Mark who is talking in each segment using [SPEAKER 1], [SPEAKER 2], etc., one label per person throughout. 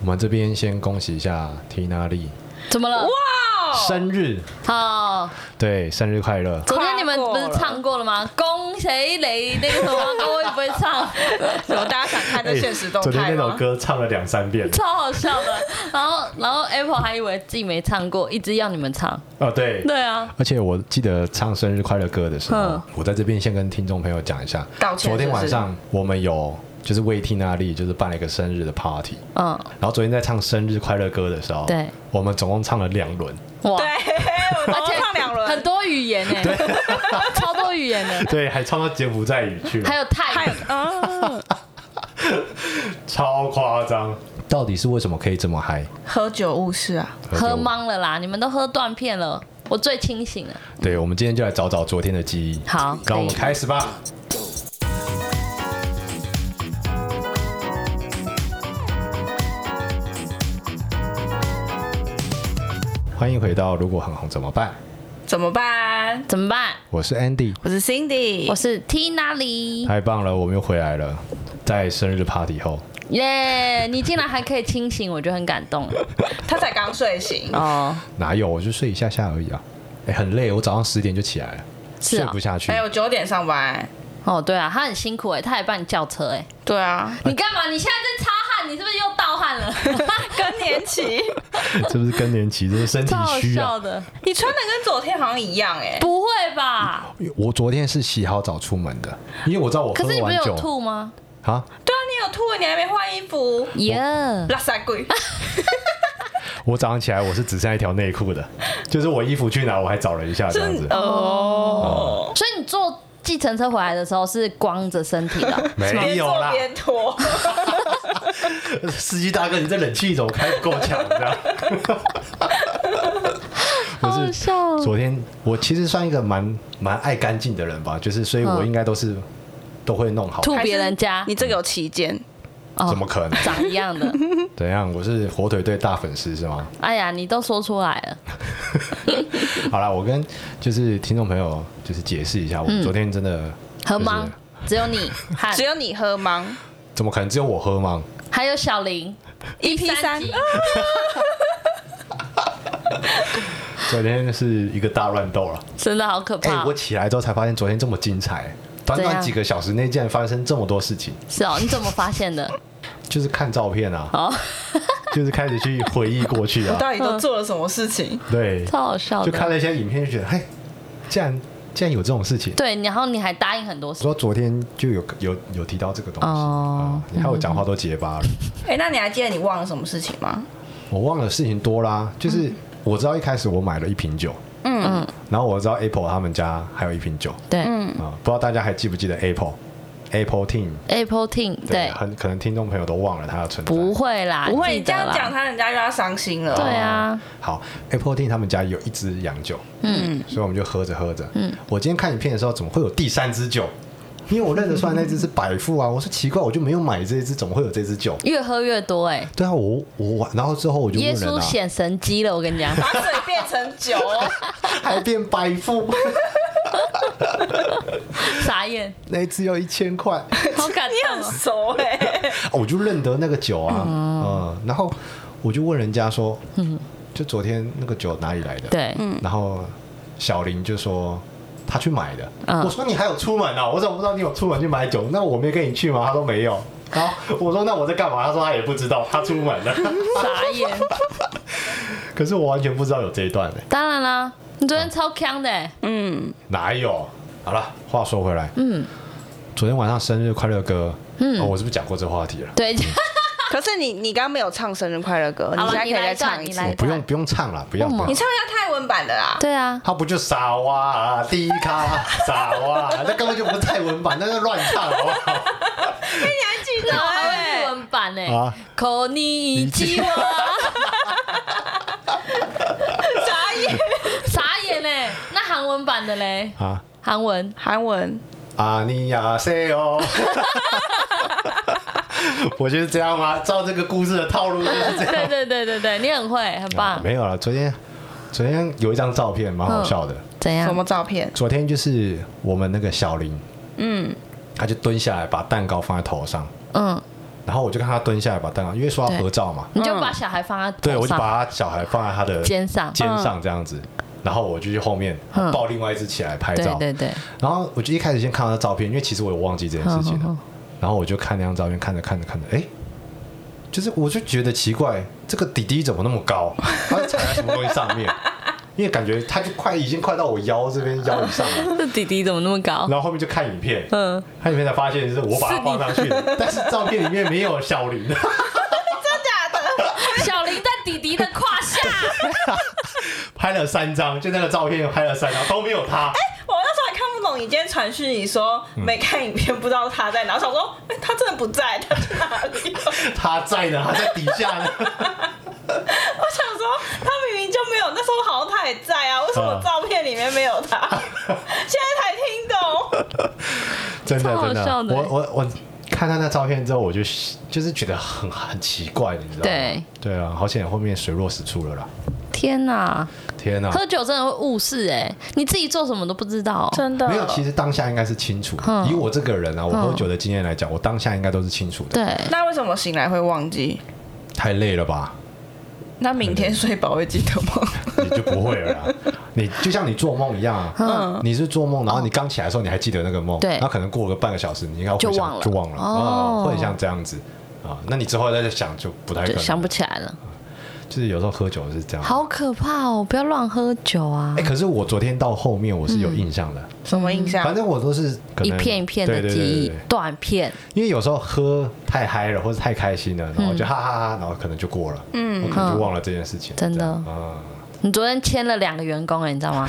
[SPEAKER 1] 我们这边先恭喜一下缇娜丽
[SPEAKER 2] 怎么了？
[SPEAKER 1] 生日，
[SPEAKER 2] 好，
[SPEAKER 1] 对，生日快乐！
[SPEAKER 2] 昨天你们
[SPEAKER 3] 跨
[SPEAKER 2] 不
[SPEAKER 3] 过
[SPEAKER 2] 是
[SPEAKER 3] 了
[SPEAKER 2] 唱过了吗？恭喜你那个什么歌我也不会 唱，
[SPEAKER 3] 什么？大家想看这现实动
[SPEAKER 1] 哎昨天
[SPEAKER 3] 态
[SPEAKER 1] 那
[SPEAKER 3] 吗
[SPEAKER 1] 首？歌唱了两三遍
[SPEAKER 2] 超好笑的。然后然后 Apple 还以为自己没唱过，一直要你们唱。
[SPEAKER 1] 哦，对。
[SPEAKER 2] 对啊，
[SPEAKER 1] 而且我记得唱生日快乐歌的时候
[SPEAKER 2] 嗯，
[SPEAKER 1] 我在这边先跟听众朋友讲一下，
[SPEAKER 3] 道歉
[SPEAKER 1] 昨天
[SPEAKER 3] 是不是
[SPEAKER 1] 晚上我们有就是为缇娜丽就是办了一个生日的 party，
[SPEAKER 2] 嗯，
[SPEAKER 1] 然后昨天在唱生日快乐歌的时候，
[SPEAKER 2] 对，
[SPEAKER 1] 我们总共唱了两轮，
[SPEAKER 2] 哇
[SPEAKER 3] 对，，我
[SPEAKER 2] 而且
[SPEAKER 3] 多唱两
[SPEAKER 2] 很
[SPEAKER 3] 轮，
[SPEAKER 2] 多语言呢， 超多语言的，
[SPEAKER 1] 对，还唱到柬埔寨语去了
[SPEAKER 2] 还，有泰
[SPEAKER 3] 还
[SPEAKER 2] 语
[SPEAKER 3] 有。嗯，
[SPEAKER 1] 超夸张。到底是为什么可以这么嗨？
[SPEAKER 3] 喝酒误事啊，
[SPEAKER 2] 喝？懵了啦，你们都喝断片了，我最清醒了。
[SPEAKER 1] 对，我们今天就来找找昨天的记忆。
[SPEAKER 2] 好
[SPEAKER 1] 那我们
[SPEAKER 2] 可以
[SPEAKER 1] 开始吧。欢迎回到《如果很红怎么办》，
[SPEAKER 3] 怎么办？
[SPEAKER 2] 怎么办？
[SPEAKER 1] 我是 Andy，
[SPEAKER 3] 我是 Cindy，
[SPEAKER 2] 我是 Tina 里，
[SPEAKER 1] 太棒了，我们又回来了。在生日 party 后，
[SPEAKER 2] 耶！你竟然还可以清醒，我就很感动。
[SPEAKER 3] 他才刚睡醒，
[SPEAKER 2] 哦，
[SPEAKER 1] 哪有？我就睡一下下而已啊。哎，很累，我早上十点就起来了，
[SPEAKER 2] 是啊
[SPEAKER 1] 睡不下去
[SPEAKER 3] 哎，。我九点上班，
[SPEAKER 2] 哦，对啊，他很辛苦哎，他还帮你叫车哎。
[SPEAKER 3] 对啊，
[SPEAKER 2] 你干嘛？你现在在擦汗，你是不是又盗汗了？
[SPEAKER 3] 更年期，
[SPEAKER 1] 这不是更年期，这是身体
[SPEAKER 2] 超好
[SPEAKER 1] 虚啊
[SPEAKER 2] 笑。的，
[SPEAKER 3] 你穿的跟昨天好像一样哎，
[SPEAKER 2] 不会吧？
[SPEAKER 1] 我昨天是洗好澡出门的，因为我知道我喝
[SPEAKER 2] 可是你不是
[SPEAKER 1] 完
[SPEAKER 2] 有
[SPEAKER 1] 酒
[SPEAKER 2] 吐吗？
[SPEAKER 1] 啊，
[SPEAKER 3] 对啊，你有吐，你还没换衣服，
[SPEAKER 2] 耶！
[SPEAKER 3] 垃圾鬼，
[SPEAKER 1] 我早上起来我是只剩下一条内裤的，就是我衣服去哪我还找了一下这样子，
[SPEAKER 3] 真，哦，
[SPEAKER 2] 所以你坐计程车回来的时候是光着身体的哦
[SPEAKER 1] 没
[SPEAKER 3] 边
[SPEAKER 1] 有
[SPEAKER 3] 做
[SPEAKER 1] 啦，
[SPEAKER 3] 边 脱，
[SPEAKER 1] 司机大哥你这冷气怎么开不够强这样？
[SPEAKER 2] 好好笑哦。
[SPEAKER 1] 昨天我其实算一个蛮蛮爱干净的人吧，就是所以我
[SPEAKER 2] 嗯
[SPEAKER 1] 应该都是都会弄好，
[SPEAKER 2] 吐
[SPEAKER 3] 还是
[SPEAKER 2] 别人家，
[SPEAKER 3] 你这个有期间，
[SPEAKER 2] 哦
[SPEAKER 1] 怎么可能？
[SPEAKER 2] 长一样的？
[SPEAKER 1] 怎样？我是火腿队大粉丝是吗？
[SPEAKER 2] 哎呀，你都说出来了，
[SPEAKER 1] 好啦，我跟就是听众朋友就是解释一下，我
[SPEAKER 2] 嗯
[SPEAKER 1] 昨天真的
[SPEAKER 2] 何
[SPEAKER 1] 就是
[SPEAKER 2] 芒只有你和
[SPEAKER 3] 只有你喝吗
[SPEAKER 1] 怎么可能只有我喝吗？
[SPEAKER 2] 还有小林
[SPEAKER 3] ？EP 三
[SPEAKER 2] 集
[SPEAKER 1] 昨天是一个大乱斗了。
[SPEAKER 2] 真的好可
[SPEAKER 1] 哎、
[SPEAKER 2] 怕哦
[SPEAKER 1] 我。起来之后才发现昨天这么精彩，短
[SPEAKER 2] 怎
[SPEAKER 1] 短
[SPEAKER 2] 样
[SPEAKER 1] 几个小时内竟然发生这么多事情，
[SPEAKER 2] 是哦，你怎么发现的？
[SPEAKER 1] 就是看照片啊，
[SPEAKER 2] 哦，
[SPEAKER 1] 就是开始去回忆过 去啊，
[SPEAKER 3] 到底都做了什么事情？
[SPEAKER 1] 对，
[SPEAKER 2] 超好笑
[SPEAKER 1] 就看
[SPEAKER 2] 的。
[SPEAKER 1] 了一些影片，就觉得，嘿，竟然竟然有这种事情。
[SPEAKER 2] 对，然后你还答应很多
[SPEAKER 1] 我
[SPEAKER 2] 事，
[SPEAKER 1] 说昨天就有有有提到这个东西，
[SPEAKER 2] 哦嗯
[SPEAKER 1] 啊你看我讲话都结巴了，
[SPEAKER 3] 哎、那你还记得你忘了什么事情吗？
[SPEAKER 1] 我忘了事情多啦，
[SPEAKER 2] 嗯
[SPEAKER 1] 就是我知道一开始我买了一瓶酒，啊
[SPEAKER 3] 嗯，
[SPEAKER 1] 然后我知道 Apple 他们家还有一瓶酒，
[SPEAKER 2] 对
[SPEAKER 1] 啊，不知道大家还记不记得 Apple Apple Team。
[SPEAKER 2] ，Apple Team，对，
[SPEAKER 1] 很可能听众朋友都忘了它的存在。
[SPEAKER 2] 不会啦，
[SPEAKER 3] 不会，
[SPEAKER 2] 记
[SPEAKER 3] 你这
[SPEAKER 2] 得
[SPEAKER 3] 样
[SPEAKER 2] 啦
[SPEAKER 3] 讲，他人家就要伤心了。
[SPEAKER 2] 对啊，
[SPEAKER 1] 好，Apple Team 他们家有一支洋酒，嗯，所以我们就喝着喝着，嗯，我今天看影片的时候，怎么会有第三支酒？因为我认得出来那支是百富啊，我 说奇怪，我就没有买这一支，怎么会有这支酒？
[SPEAKER 2] 越喝越多哎。
[SPEAKER 1] 对啊，我我然后之后我就
[SPEAKER 2] 耶
[SPEAKER 1] 问人
[SPEAKER 2] 稣
[SPEAKER 1] 啊，
[SPEAKER 2] 显神机了，我跟你讲，
[SPEAKER 3] 把水变成酒，
[SPEAKER 1] 还变百富，
[SPEAKER 2] 傻 眼，
[SPEAKER 1] 那一支要一千块，哦
[SPEAKER 2] 好感
[SPEAKER 3] 你
[SPEAKER 2] 动
[SPEAKER 3] 很
[SPEAKER 2] 哦。
[SPEAKER 3] 熟哎、
[SPEAKER 1] 我就认得那个酒啊，嗯，然后我就问人家说，嗯，就昨天那个酒哪里来的？
[SPEAKER 2] 对，
[SPEAKER 1] 然后小林就说他去买的。
[SPEAKER 2] 嗯
[SPEAKER 1] 我说你还有出门啊？我怎么不知道你有出门去买酒？那我没跟你去吗？他说没有。然后我说那我在干嘛？他说他也不知道，他出门了。
[SPEAKER 2] 傻眼。
[SPEAKER 1] 可是我完全不知道有这一段呢、欸
[SPEAKER 2] 当然啦，你昨天超强的欸，
[SPEAKER 3] 嗯，
[SPEAKER 1] 哪有？好了，话说回来，嗯，昨天晚上生日快乐歌，嗯、我是不是讲过这话题了？
[SPEAKER 2] 对，
[SPEAKER 3] 可是你你刚刚没有唱生日快乐歌，
[SPEAKER 2] 好了
[SPEAKER 3] 现在可以
[SPEAKER 2] 你来
[SPEAKER 3] 再
[SPEAKER 2] 一段
[SPEAKER 3] 唱一
[SPEAKER 2] 你
[SPEAKER 3] 次。
[SPEAKER 2] 来
[SPEAKER 1] 我不用不用唱了，不要
[SPEAKER 2] 为什么。
[SPEAKER 1] 不要
[SPEAKER 3] 你唱一下泰文版的啦
[SPEAKER 2] 对啊，
[SPEAKER 1] 他不就傻哇、啊、低咖傻哇、啊，那根本就不是泰文版，那个乱唱好不好？
[SPEAKER 3] 你还记
[SPEAKER 2] 这
[SPEAKER 3] 得、
[SPEAKER 2] 我还会
[SPEAKER 3] 欸
[SPEAKER 2] 日？文版呢
[SPEAKER 1] 啊，
[SPEAKER 2] 口你鸡哇，
[SPEAKER 3] 傻眼。
[SPEAKER 2] 傻眼呢。那韩文版的嘞，
[SPEAKER 1] 啊
[SPEAKER 2] 韩文
[SPEAKER 3] 韩文，
[SPEAKER 1] 啊，你呀谁哦？ 我就是这样吗？照这个故事的套路就是这样。
[SPEAKER 2] 对对对对对，你很会，很棒。
[SPEAKER 1] 啊
[SPEAKER 2] 嗯
[SPEAKER 1] 没有了，昨天昨天有一张照片蛮好笑的。
[SPEAKER 2] 怎样
[SPEAKER 3] 什？么照片？
[SPEAKER 1] 昨天就是我们那个小林，嗯，他就蹲下来把蛋糕放在头上，
[SPEAKER 2] 嗯，
[SPEAKER 1] 然后我就看他蹲下来把蛋糕，因为说要合照嘛，
[SPEAKER 2] 你就把小孩放在头
[SPEAKER 1] 对，我就
[SPEAKER 2] 上
[SPEAKER 1] 把他小孩放在他的
[SPEAKER 2] 肩上
[SPEAKER 1] 肩上这样子，然后我就去后面
[SPEAKER 2] 嗯
[SPEAKER 1] 抱另外一只起来拍
[SPEAKER 2] 对
[SPEAKER 1] 照，
[SPEAKER 2] 对对，
[SPEAKER 1] 然后我就一开始先看到他照片，因为其实我有忘记这件事情
[SPEAKER 2] 嗯嗯嗯
[SPEAKER 1] 了。然后我就看那张照片，看着看着看着，哎，就是我就觉得奇怪，这个弟弟怎么那么高？啊他踩在什么东西上面？因为感觉他就快已经快到我腰这边腰以上 了。
[SPEAKER 2] 这弟弟怎么那么高？
[SPEAKER 1] 然后后面就看影片，
[SPEAKER 2] 嗯，
[SPEAKER 1] 看影片才发现是我把他放上去的，但是照片里面没有小林，
[SPEAKER 3] 真假的？
[SPEAKER 2] 小林在弟弟的胯下，
[SPEAKER 1] 拍了三张，就那个照片拍了三张都没有他。
[SPEAKER 3] 我那时候还看不懂，你今天传讯你说没看影片，不知道他在哪，我想说哎他真的不在，他去哪里？我
[SPEAKER 1] 他在呢，他在底下呢。
[SPEAKER 3] 想说他明明就没有，那时候好像他也在啊，为什么
[SPEAKER 1] 嗯
[SPEAKER 3] 照片里面没有他？现在才听懂，
[SPEAKER 1] 真的
[SPEAKER 2] 超好
[SPEAKER 1] 真
[SPEAKER 2] 笑的欸
[SPEAKER 1] 我我我看他那照片之后，我就就是觉得很很奇怪的，你知道吗？
[SPEAKER 2] 对
[SPEAKER 1] 对啊，好险后面水落石出了啦！
[SPEAKER 2] 天哪！
[SPEAKER 1] 天哪、
[SPEAKER 2] 喝酒真的会误事哎、你自己做什么都不知道、
[SPEAKER 3] 真的
[SPEAKER 1] 哦没有，其实当下应该是清楚的。
[SPEAKER 2] 嗯
[SPEAKER 1] 以我这个人啊，我
[SPEAKER 2] 嗯
[SPEAKER 1] 喝酒的经验来讲，我当下应该都是清楚的。
[SPEAKER 2] 对，
[SPEAKER 3] 那为什么醒来会忘记？
[SPEAKER 1] 太累了吧？
[SPEAKER 3] 那明天睡饱会记得吗？
[SPEAKER 1] 你就不会了啦。你就像你做梦一样啊，
[SPEAKER 3] 嗯
[SPEAKER 1] 你是做梦，然后你刚起来的时候你还记得那个梦，
[SPEAKER 2] 对
[SPEAKER 1] 然后可能过个半个小时，你应该回想
[SPEAKER 2] 就忘了
[SPEAKER 1] 就忘了，啊，
[SPEAKER 2] 哦
[SPEAKER 1] 会像这样子啊。那你之后再想就不太可
[SPEAKER 2] 就
[SPEAKER 1] 能，
[SPEAKER 2] 想不起来了，
[SPEAKER 1] 就是有时候喝酒是这样。
[SPEAKER 2] 好可怕哦！不要乱喝酒啊
[SPEAKER 1] 哎、！可是我昨天到后面我是有印象的，
[SPEAKER 3] 什么印象
[SPEAKER 1] 反？正我都是可能
[SPEAKER 2] 嗯一片一片的
[SPEAKER 1] 对对
[SPEAKER 2] 记
[SPEAKER 1] 对对
[SPEAKER 2] 忆
[SPEAKER 1] 对，
[SPEAKER 2] 断片，
[SPEAKER 1] 因为有时候喝太嗨了或者太开心了，
[SPEAKER 2] 嗯
[SPEAKER 1] 然后就哈哈哈，然后可能就过了，嗯，我可能就忘了这件事情，
[SPEAKER 2] 真的
[SPEAKER 1] 这样啊，
[SPEAKER 2] 你昨天签了两个员工哎、你知道 吗？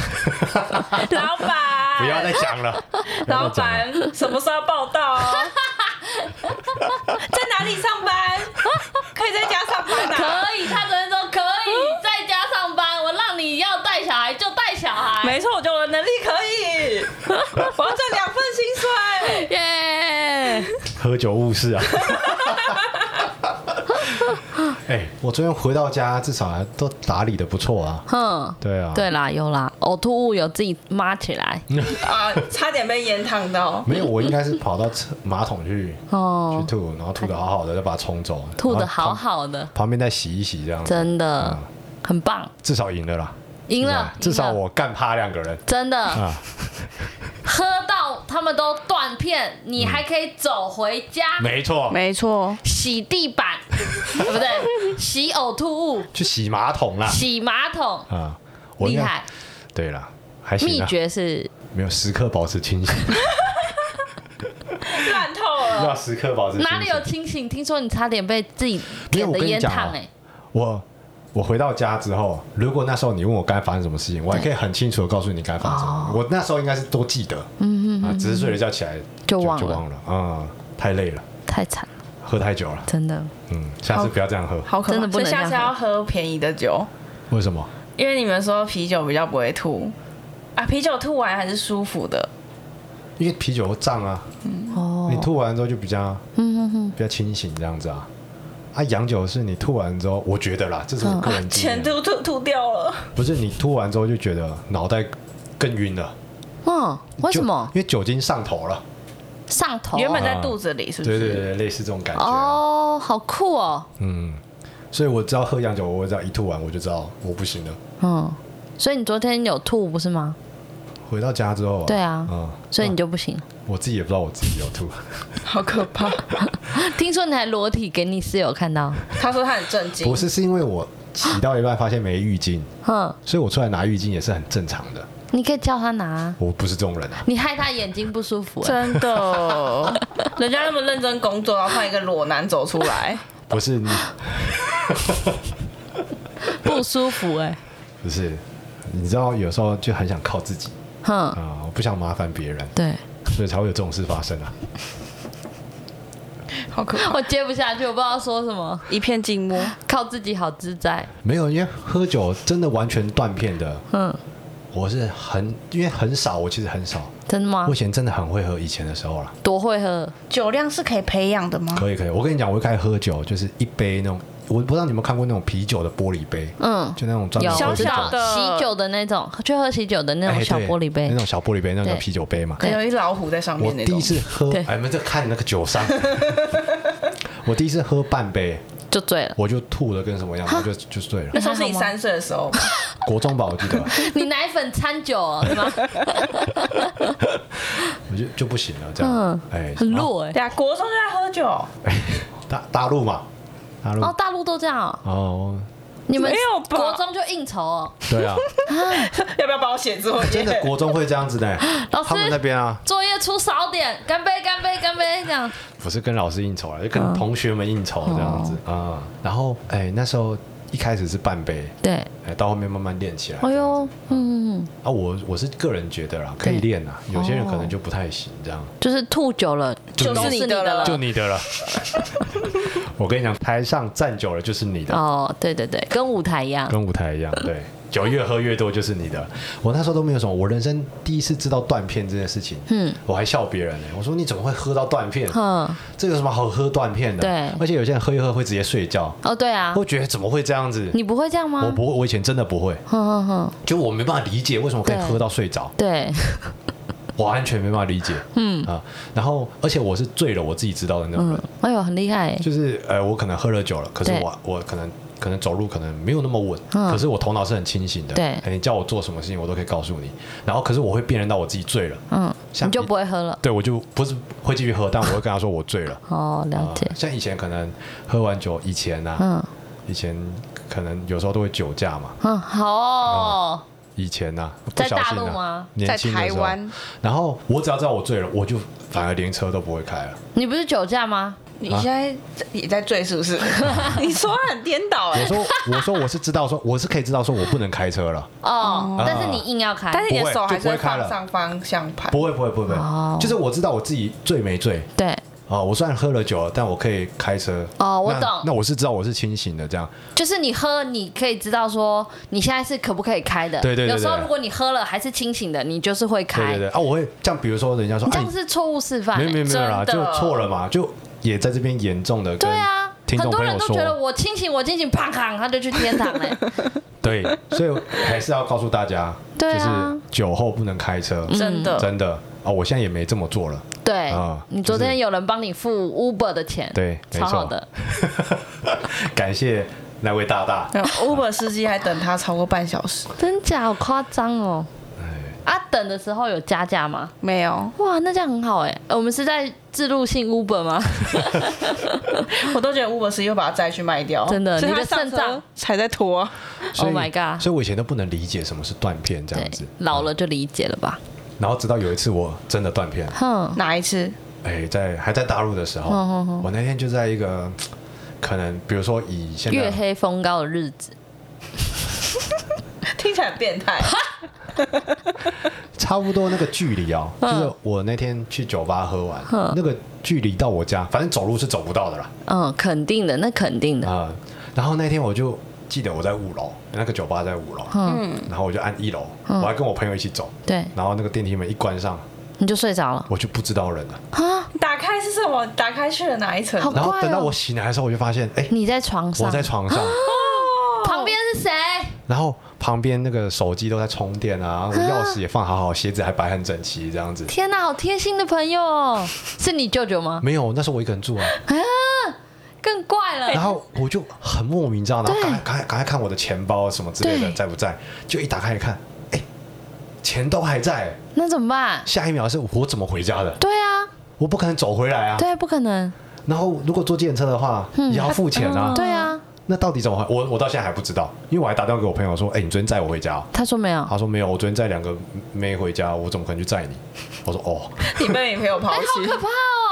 [SPEAKER 3] 老板，
[SPEAKER 1] 不要再讲 了，不
[SPEAKER 3] 老
[SPEAKER 1] 要再讲了
[SPEAKER 3] 板，什么时候要报道、 在哪里上班？可以在家上班啊？
[SPEAKER 2] 可以，他昨天说可以在家上班，我让你要带小孩就带小孩，
[SPEAKER 3] 没错，我觉得我的能力可以，我要赚两份薪水。
[SPEAKER 2] 耶！
[SPEAKER 1] 喝酒误事啊。哎、我昨天回到家，至少还都打理的不错啊。
[SPEAKER 2] 哼，
[SPEAKER 1] 对啊，
[SPEAKER 2] 对啦，有啦，呕吐物有自己抹起来
[SPEAKER 1] 嗯
[SPEAKER 3] 啊，差点被烟烫到。
[SPEAKER 1] 没有，我应该是跑到厕马桶去去
[SPEAKER 2] 哦，
[SPEAKER 1] 吐，然后吐的好好的，再把它冲走，
[SPEAKER 2] 吐的
[SPEAKER 1] 然后旁
[SPEAKER 2] 好，好的，
[SPEAKER 1] 旁边再洗一洗这样子。
[SPEAKER 2] 真的很棒，
[SPEAKER 1] 至少赢了啦，
[SPEAKER 2] 赢了，
[SPEAKER 1] 至少
[SPEAKER 2] 赢了
[SPEAKER 1] 我干趴两个人
[SPEAKER 2] 真的
[SPEAKER 1] 啊，
[SPEAKER 2] 喝到他们都断片，你还可以走回家
[SPEAKER 1] 没错，
[SPEAKER 3] 没错，
[SPEAKER 2] 洗地板，对不对？洗呕吐物，
[SPEAKER 1] 去洗马桶啦
[SPEAKER 2] 洗马桶，
[SPEAKER 1] 啊，我应
[SPEAKER 2] 厉
[SPEAKER 1] 该，
[SPEAKER 2] 害！
[SPEAKER 1] 对啦，还行
[SPEAKER 2] 秘
[SPEAKER 1] 啦，
[SPEAKER 2] 诀是
[SPEAKER 1] 没有时刻保持清 醒，
[SPEAKER 3] 烂透了。
[SPEAKER 1] 要时刻保持清醒。
[SPEAKER 2] 哪里有清醒？听说你差点被自己
[SPEAKER 1] 没有
[SPEAKER 2] 点
[SPEAKER 1] 我
[SPEAKER 2] 的
[SPEAKER 1] 跟你
[SPEAKER 2] 烟
[SPEAKER 1] 讲啊
[SPEAKER 2] 烫哎、
[SPEAKER 1] 我？我回到家之后，如果那时候你问我该发生什么事情，我还可以很清楚的告诉你该发生什
[SPEAKER 2] 哦
[SPEAKER 1] 么。我那时候应该是都记得，嗯啊，只是睡了觉起来
[SPEAKER 2] 就忘
[SPEAKER 1] 就
[SPEAKER 2] 了
[SPEAKER 1] 忘了啊，太累了，
[SPEAKER 2] 太惨了，
[SPEAKER 1] 喝太久了，
[SPEAKER 2] 真的。
[SPEAKER 1] 嗯，下次不要这样喝。
[SPEAKER 3] 好可怕！
[SPEAKER 2] 真的不能
[SPEAKER 3] 所以下次
[SPEAKER 2] 这样喝
[SPEAKER 3] 要喝便宜的酒，
[SPEAKER 1] 为什么？
[SPEAKER 3] 因为你们说啤酒比较不会吐啊，啤酒吐完还是舒服的。
[SPEAKER 1] 因为啤酒会胀啊，
[SPEAKER 2] 哦嗯
[SPEAKER 1] 你，吐完之后就比较，比较清醒这样子啊。啊，洋酒是你吐完之后，我觉得啦，这是
[SPEAKER 2] 嗯
[SPEAKER 1] 我个人经
[SPEAKER 3] 钱
[SPEAKER 1] 验，
[SPEAKER 3] 啊都吐吐掉了，
[SPEAKER 1] 不是你吐完之后就觉得脑袋更晕了。
[SPEAKER 2] 嗯，为什么
[SPEAKER 1] 就因为酒精上头了。
[SPEAKER 2] 上头？
[SPEAKER 3] 原本在肚子里，是不
[SPEAKER 1] 对
[SPEAKER 3] 是？
[SPEAKER 1] 哦对对，类似这种感觉。
[SPEAKER 2] 哦，好酷哦，
[SPEAKER 1] 嗯，所以我知道喝洋酒，我只要一吐完我就知道我不行了。
[SPEAKER 2] 嗯，所以你昨天有吐不是吗？
[SPEAKER 1] 回到家之后、啊，
[SPEAKER 2] 对啊
[SPEAKER 1] 嗯，
[SPEAKER 2] 所以你就不行。
[SPEAKER 1] 我自己也不知道我自己有吐，
[SPEAKER 3] 好可怕！
[SPEAKER 2] 听说你还裸体给你室友看到，
[SPEAKER 3] 他说他很震惊
[SPEAKER 1] 不，是是因为我洗到一半发现没浴巾，
[SPEAKER 2] 哼，
[SPEAKER 1] 所以我出来拿浴巾也是很正常的。
[SPEAKER 2] 你可以叫他拿，
[SPEAKER 1] 我不是这种人啊，
[SPEAKER 2] 你害他眼睛不舒服、欸。
[SPEAKER 3] 真的， 人家那么认真工作，然后换一个裸男走出来，
[SPEAKER 1] 不是你，
[SPEAKER 2] 不舒服哎、
[SPEAKER 1] 不是，你知道有时候就很想靠自己
[SPEAKER 2] 哼，
[SPEAKER 1] 啊、我不想麻烦别人，
[SPEAKER 2] 对
[SPEAKER 1] 所以才会有这种事发生啊。
[SPEAKER 3] 好可怕！
[SPEAKER 2] 我接不下去，我不知道说什么，
[SPEAKER 3] 一片静默，
[SPEAKER 2] 靠自己好自在。
[SPEAKER 1] 没有，因为喝酒真的完全断片的，
[SPEAKER 2] 嗯，
[SPEAKER 1] 我是很因为很少，我其实很少。
[SPEAKER 2] 真的吗
[SPEAKER 1] 我以？前真的很会喝，以前的时候啦，
[SPEAKER 2] 多会喝，
[SPEAKER 3] 酒量是可以培养的吗？
[SPEAKER 1] 可以可以。我跟你讲，我一开始喝酒就是一杯那种，我不知道你有没有看过那种啤酒的玻璃杯，
[SPEAKER 2] 嗯，
[SPEAKER 1] 就那种专
[SPEAKER 2] 有
[SPEAKER 1] 门
[SPEAKER 2] 我
[SPEAKER 1] 喝
[SPEAKER 2] 知
[SPEAKER 1] 酒
[SPEAKER 2] 道
[SPEAKER 3] 小小的
[SPEAKER 2] 喜酒的那种，去喝喜酒的那种
[SPEAKER 1] 哎
[SPEAKER 2] 小
[SPEAKER 1] 对
[SPEAKER 2] 玻璃杯
[SPEAKER 1] 那，种小玻璃杯，那种
[SPEAKER 2] 对
[SPEAKER 1] 啤酒杯嘛。
[SPEAKER 3] 有一老虎在上
[SPEAKER 1] 我
[SPEAKER 3] 面那
[SPEAKER 1] 第
[SPEAKER 3] 种
[SPEAKER 1] 一。次喝哎
[SPEAKER 2] 对，
[SPEAKER 1] 哎，没这看那个酒商，我第一次喝半杯，
[SPEAKER 2] 就醉了。
[SPEAKER 1] 我就吐了，跟什么样，我就就醉了
[SPEAKER 3] 那。时候是你三岁的时候吗，
[SPEAKER 1] 国中吧，我记得，
[SPEAKER 2] 你奶粉掺酒哦，是吗？
[SPEAKER 1] 我就就不行了，这样，哎，
[SPEAKER 2] 很弱哎、
[SPEAKER 3] 对啊，国中就在喝酒，
[SPEAKER 1] 哎大大陆嘛，大陆
[SPEAKER 2] 哦，大陆都这样哦。
[SPEAKER 1] 哦，
[SPEAKER 2] 你们
[SPEAKER 3] 没有吧
[SPEAKER 2] 国中就应酬哦，
[SPEAKER 1] 对 啊，
[SPEAKER 3] 要不要帮我写作业？
[SPEAKER 1] 真的国中会这样子的，
[SPEAKER 2] 老师
[SPEAKER 1] 他们那边啊，
[SPEAKER 2] 作业出少点，干杯，干杯，干杯，这样。
[SPEAKER 1] 不是跟老师应酬啊，就
[SPEAKER 2] 嗯
[SPEAKER 1] 跟同学们应
[SPEAKER 2] 哦
[SPEAKER 1] 酬这样子啊。然后哎，那时候一开始是半杯，
[SPEAKER 2] 对，
[SPEAKER 1] 哎，到后面慢慢练起来。
[SPEAKER 2] 哎呦，嗯，
[SPEAKER 1] 啊，我我是个人觉得啦，可以
[SPEAKER 2] 对哦
[SPEAKER 1] 练啊，有些人可能就不太行这样。
[SPEAKER 2] 就是吐酒了，
[SPEAKER 3] 就
[SPEAKER 2] 都
[SPEAKER 3] 是
[SPEAKER 2] 是
[SPEAKER 3] 你
[SPEAKER 2] 你
[SPEAKER 3] 的
[SPEAKER 2] 的
[SPEAKER 3] 了
[SPEAKER 2] 了。
[SPEAKER 1] 就你的了。 我跟你讲，台上站久了就是你的，
[SPEAKER 2] 哦，对对对，跟舞台一样。
[SPEAKER 1] 跟舞台一 样。对，酒越喝越多就是你的。我那时候都没有什么，我人生第一次知道断片这件事情，嗯，我还笑别人呢、我说你怎么会喝到断片？
[SPEAKER 2] 哼，
[SPEAKER 1] 这有什么好喝断片的？
[SPEAKER 2] 对
[SPEAKER 1] 而且有些人喝一喝会直接睡觉，
[SPEAKER 2] 哦，对啊
[SPEAKER 1] 我，觉得怎么会这样子？
[SPEAKER 2] 你不会这样吗？
[SPEAKER 1] 我不会，我以前真的不会，
[SPEAKER 2] 哼哼哼，
[SPEAKER 1] 就我没办法理解为什么可以
[SPEAKER 2] 对
[SPEAKER 1] 喝到睡着。
[SPEAKER 2] 对，
[SPEAKER 1] 我完全没办法理解，嗯啊，然后而且我是醉了，我自己知道的那种人，
[SPEAKER 2] 嗯，哎呦，很厉害欸，
[SPEAKER 1] 就是呃，我可能喝了酒了，可是
[SPEAKER 2] 对
[SPEAKER 1] 我我可能可能走路可能没有那么稳，
[SPEAKER 2] 嗯
[SPEAKER 1] 可是我头脑是很清醒的，
[SPEAKER 2] 对
[SPEAKER 1] 哎你叫我做什么事情我都可以告诉你，然后可是我会辨认到我自己醉了，
[SPEAKER 2] 嗯，
[SPEAKER 1] 像
[SPEAKER 2] 你就不会喝了。
[SPEAKER 1] 对我就不是会继续喝，但我会跟他说我醉了，
[SPEAKER 2] 哦， 了
[SPEAKER 1] 啊
[SPEAKER 2] 解，
[SPEAKER 1] 像以前可能喝完酒以前啊，
[SPEAKER 2] 嗯
[SPEAKER 1] 以前可能有时候都会酒驾嘛，
[SPEAKER 2] 嗯，好哦，
[SPEAKER 1] 以前呐、啊，不
[SPEAKER 2] 在
[SPEAKER 1] 小心
[SPEAKER 2] 大陆
[SPEAKER 1] 啊
[SPEAKER 2] 吗，
[SPEAKER 1] 年
[SPEAKER 4] 在
[SPEAKER 1] 轻的
[SPEAKER 4] 台
[SPEAKER 1] 时候
[SPEAKER 4] 湾，
[SPEAKER 1] 然后我只要知道我醉了，我就反而连车都不会开了。
[SPEAKER 2] 你不是酒驾吗？
[SPEAKER 4] 你现在也在醉是不是？
[SPEAKER 1] 啊
[SPEAKER 3] 你说话很颠倒哎
[SPEAKER 1] 我，说 我说我是知道说我是可以知道说我不能开车了，
[SPEAKER 2] 哦，但是你硬要开，
[SPEAKER 4] 但是你的手还是
[SPEAKER 1] 不
[SPEAKER 4] 会
[SPEAKER 1] 会就不会开
[SPEAKER 4] 放
[SPEAKER 1] 了
[SPEAKER 4] 上方向盘。
[SPEAKER 1] 不会不会不会，不
[SPEAKER 2] 哦
[SPEAKER 1] 会，就是我知道我自己醉没醉。
[SPEAKER 2] 对，
[SPEAKER 1] 啊，我虽然喝了酒了，但我可以开车。
[SPEAKER 2] 哦我
[SPEAKER 1] 那
[SPEAKER 2] 懂
[SPEAKER 1] 那我是知道我是清醒的，这样
[SPEAKER 2] 就是你喝，你可以知道说你现在是可不可以开的。
[SPEAKER 1] 对对对对
[SPEAKER 2] 有时候如果你喝了还是清醒的，你就是会
[SPEAKER 1] 对
[SPEAKER 2] 开。
[SPEAKER 1] 对对啊，我会像比如说人家说，
[SPEAKER 2] 你这
[SPEAKER 1] 哎
[SPEAKER 2] 样，是错误示范、
[SPEAKER 1] 没
[SPEAKER 2] 欸。
[SPEAKER 1] 有没有没有啦，就
[SPEAKER 3] 真的
[SPEAKER 1] 错了嘛，就也在这边严重的跟
[SPEAKER 2] 对啊，
[SPEAKER 1] 听
[SPEAKER 2] 很
[SPEAKER 1] 众
[SPEAKER 2] 多
[SPEAKER 1] 朋
[SPEAKER 2] 人
[SPEAKER 1] 友
[SPEAKER 2] 都觉得
[SPEAKER 1] 说，
[SPEAKER 2] 我清醒，我清醒，啪扛他就去 天堂嘞、
[SPEAKER 1] 对，所以还是要告诉大家，
[SPEAKER 2] 对
[SPEAKER 1] 就
[SPEAKER 2] 啊嗯
[SPEAKER 1] 是酒后不能开车，
[SPEAKER 3] 真的，
[SPEAKER 1] 真的啊，我现在也没这么做了。
[SPEAKER 2] 对、
[SPEAKER 1] 啊
[SPEAKER 2] 你昨
[SPEAKER 1] 就
[SPEAKER 2] 天
[SPEAKER 1] 是
[SPEAKER 2] 有人帮你付 Uber 的钱，
[SPEAKER 1] 对没
[SPEAKER 2] 超
[SPEAKER 1] 错
[SPEAKER 2] 好的。
[SPEAKER 1] 感谢那位大大，
[SPEAKER 4] 那 Uber 司机还等他超过半小时，
[SPEAKER 2] 真假好夸张哦！
[SPEAKER 1] 哎
[SPEAKER 2] 啊，等的时候有加价吗？
[SPEAKER 4] 没有，
[SPEAKER 2] 哇，那这样很好哎、呃我们是在自入性 Uber 吗？
[SPEAKER 3] 我都觉得 Uber 司机会把它摘去卖掉，
[SPEAKER 2] 真的
[SPEAKER 3] 所以
[SPEAKER 2] 你
[SPEAKER 3] 他
[SPEAKER 2] 的
[SPEAKER 3] 上
[SPEAKER 2] 肾
[SPEAKER 3] 车
[SPEAKER 2] 脏
[SPEAKER 4] 才在拖。
[SPEAKER 1] 所以
[SPEAKER 2] Oh my god
[SPEAKER 1] 所以我以前都不能理解什么是断片这
[SPEAKER 2] 对
[SPEAKER 1] 样子，，
[SPEAKER 2] 老了就理解了吧。
[SPEAKER 1] 然后直到有一次我真的断片，
[SPEAKER 2] 哼，
[SPEAKER 4] 哪一次？
[SPEAKER 1] 哎，在还在大陆的时
[SPEAKER 2] 嗯
[SPEAKER 1] 候，我那天就在一个可能，比如说以现
[SPEAKER 2] 月
[SPEAKER 1] 在
[SPEAKER 2] 黑风高的日子，
[SPEAKER 3] 听起来很变态，
[SPEAKER 1] 差不多那个距离哦，
[SPEAKER 2] 嗯
[SPEAKER 1] 就是我那天去酒吧喝完，那个距离到我家，反正走路是走不到的啦
[SPEAKER 2] 嗯，肯定的，那肯定的。
[SPEAKER 1] 啊。然后那天我就记得我在五楼，那个酒吧在五楼，
[SPEAKER 2] 嗯，
[SPEAKER 1] 然后我就按一楼，我还跟我朋友一起走，
[SPEAKER 2] 对，
[SPEAKER 1] 然后那个电梯门一关上，
[SPEAKER 2] 你就睡着了
[SPEAKER 1] 我就不知道人了。
[SPEAKER 2] 啊？
[SPEAKER 3] 打开是什么？打开去了哪一层？
[SPEAKER 2] 好
[SPEAKER 1] 然后
[SPEAKER 2] 快哦
[SPEAKER 1] 等到我醒来的时候，我就发现，哎，
[SPEAKER 2] 你在床上，
[SPEAKER 1] 我在哦床 上。
[SPEAKER 2] 旁边是谁？
[SPEAKER 1] 然后旁边那个手机都在充电啊，然后钥匙也放好好，鞋子还摆很整齐，这样子。
[SPEAKER 2] 天哪，好贴心的朋 友哦！是你舅舅吗？
[SPEAKER 1] 没有，那时候我一个人住啊，
[SPEAKER 2] 更怪了，
[SPEAKER 1] 然后我就很莫名，你知道，然后赶快赶快赶快看我的钱包什么之类的
[SPEAKER 2] 对
[SPEAKER 1] 在不在，就一打开一看，哎，钱都还在，
[SPEAKER 2] 那怎么办？
[SPEAKER 1] 下一秒是我怎么回家的？
[SPEAKER 2] 对啊，
[SPEAKER 1] 我不可能走回来啊。
[SPEAKER 2] 对，不嗯可能，
[SPEAKER 1] 然后如果坐计程车的话，也要付钱啊。
[SPEAKER 2] 对啊。
[SPEAKER 1] 那到底怎么还？我我到现在还不知道，因为我还打电话给我朋友说，哎，你昨天载我回家哦。
[SPEAKER 2] 他说没有，
[SPEAKER 1] 他说没有，我昨天载两个妹回家，我怎么可能去载你？我说哦，
[SPEAKER 3] 你被女朋友抛
[SPEAKER 2] 哎，好
[SPEAKER 3] 弃
[SPEAKER 2] 可，怕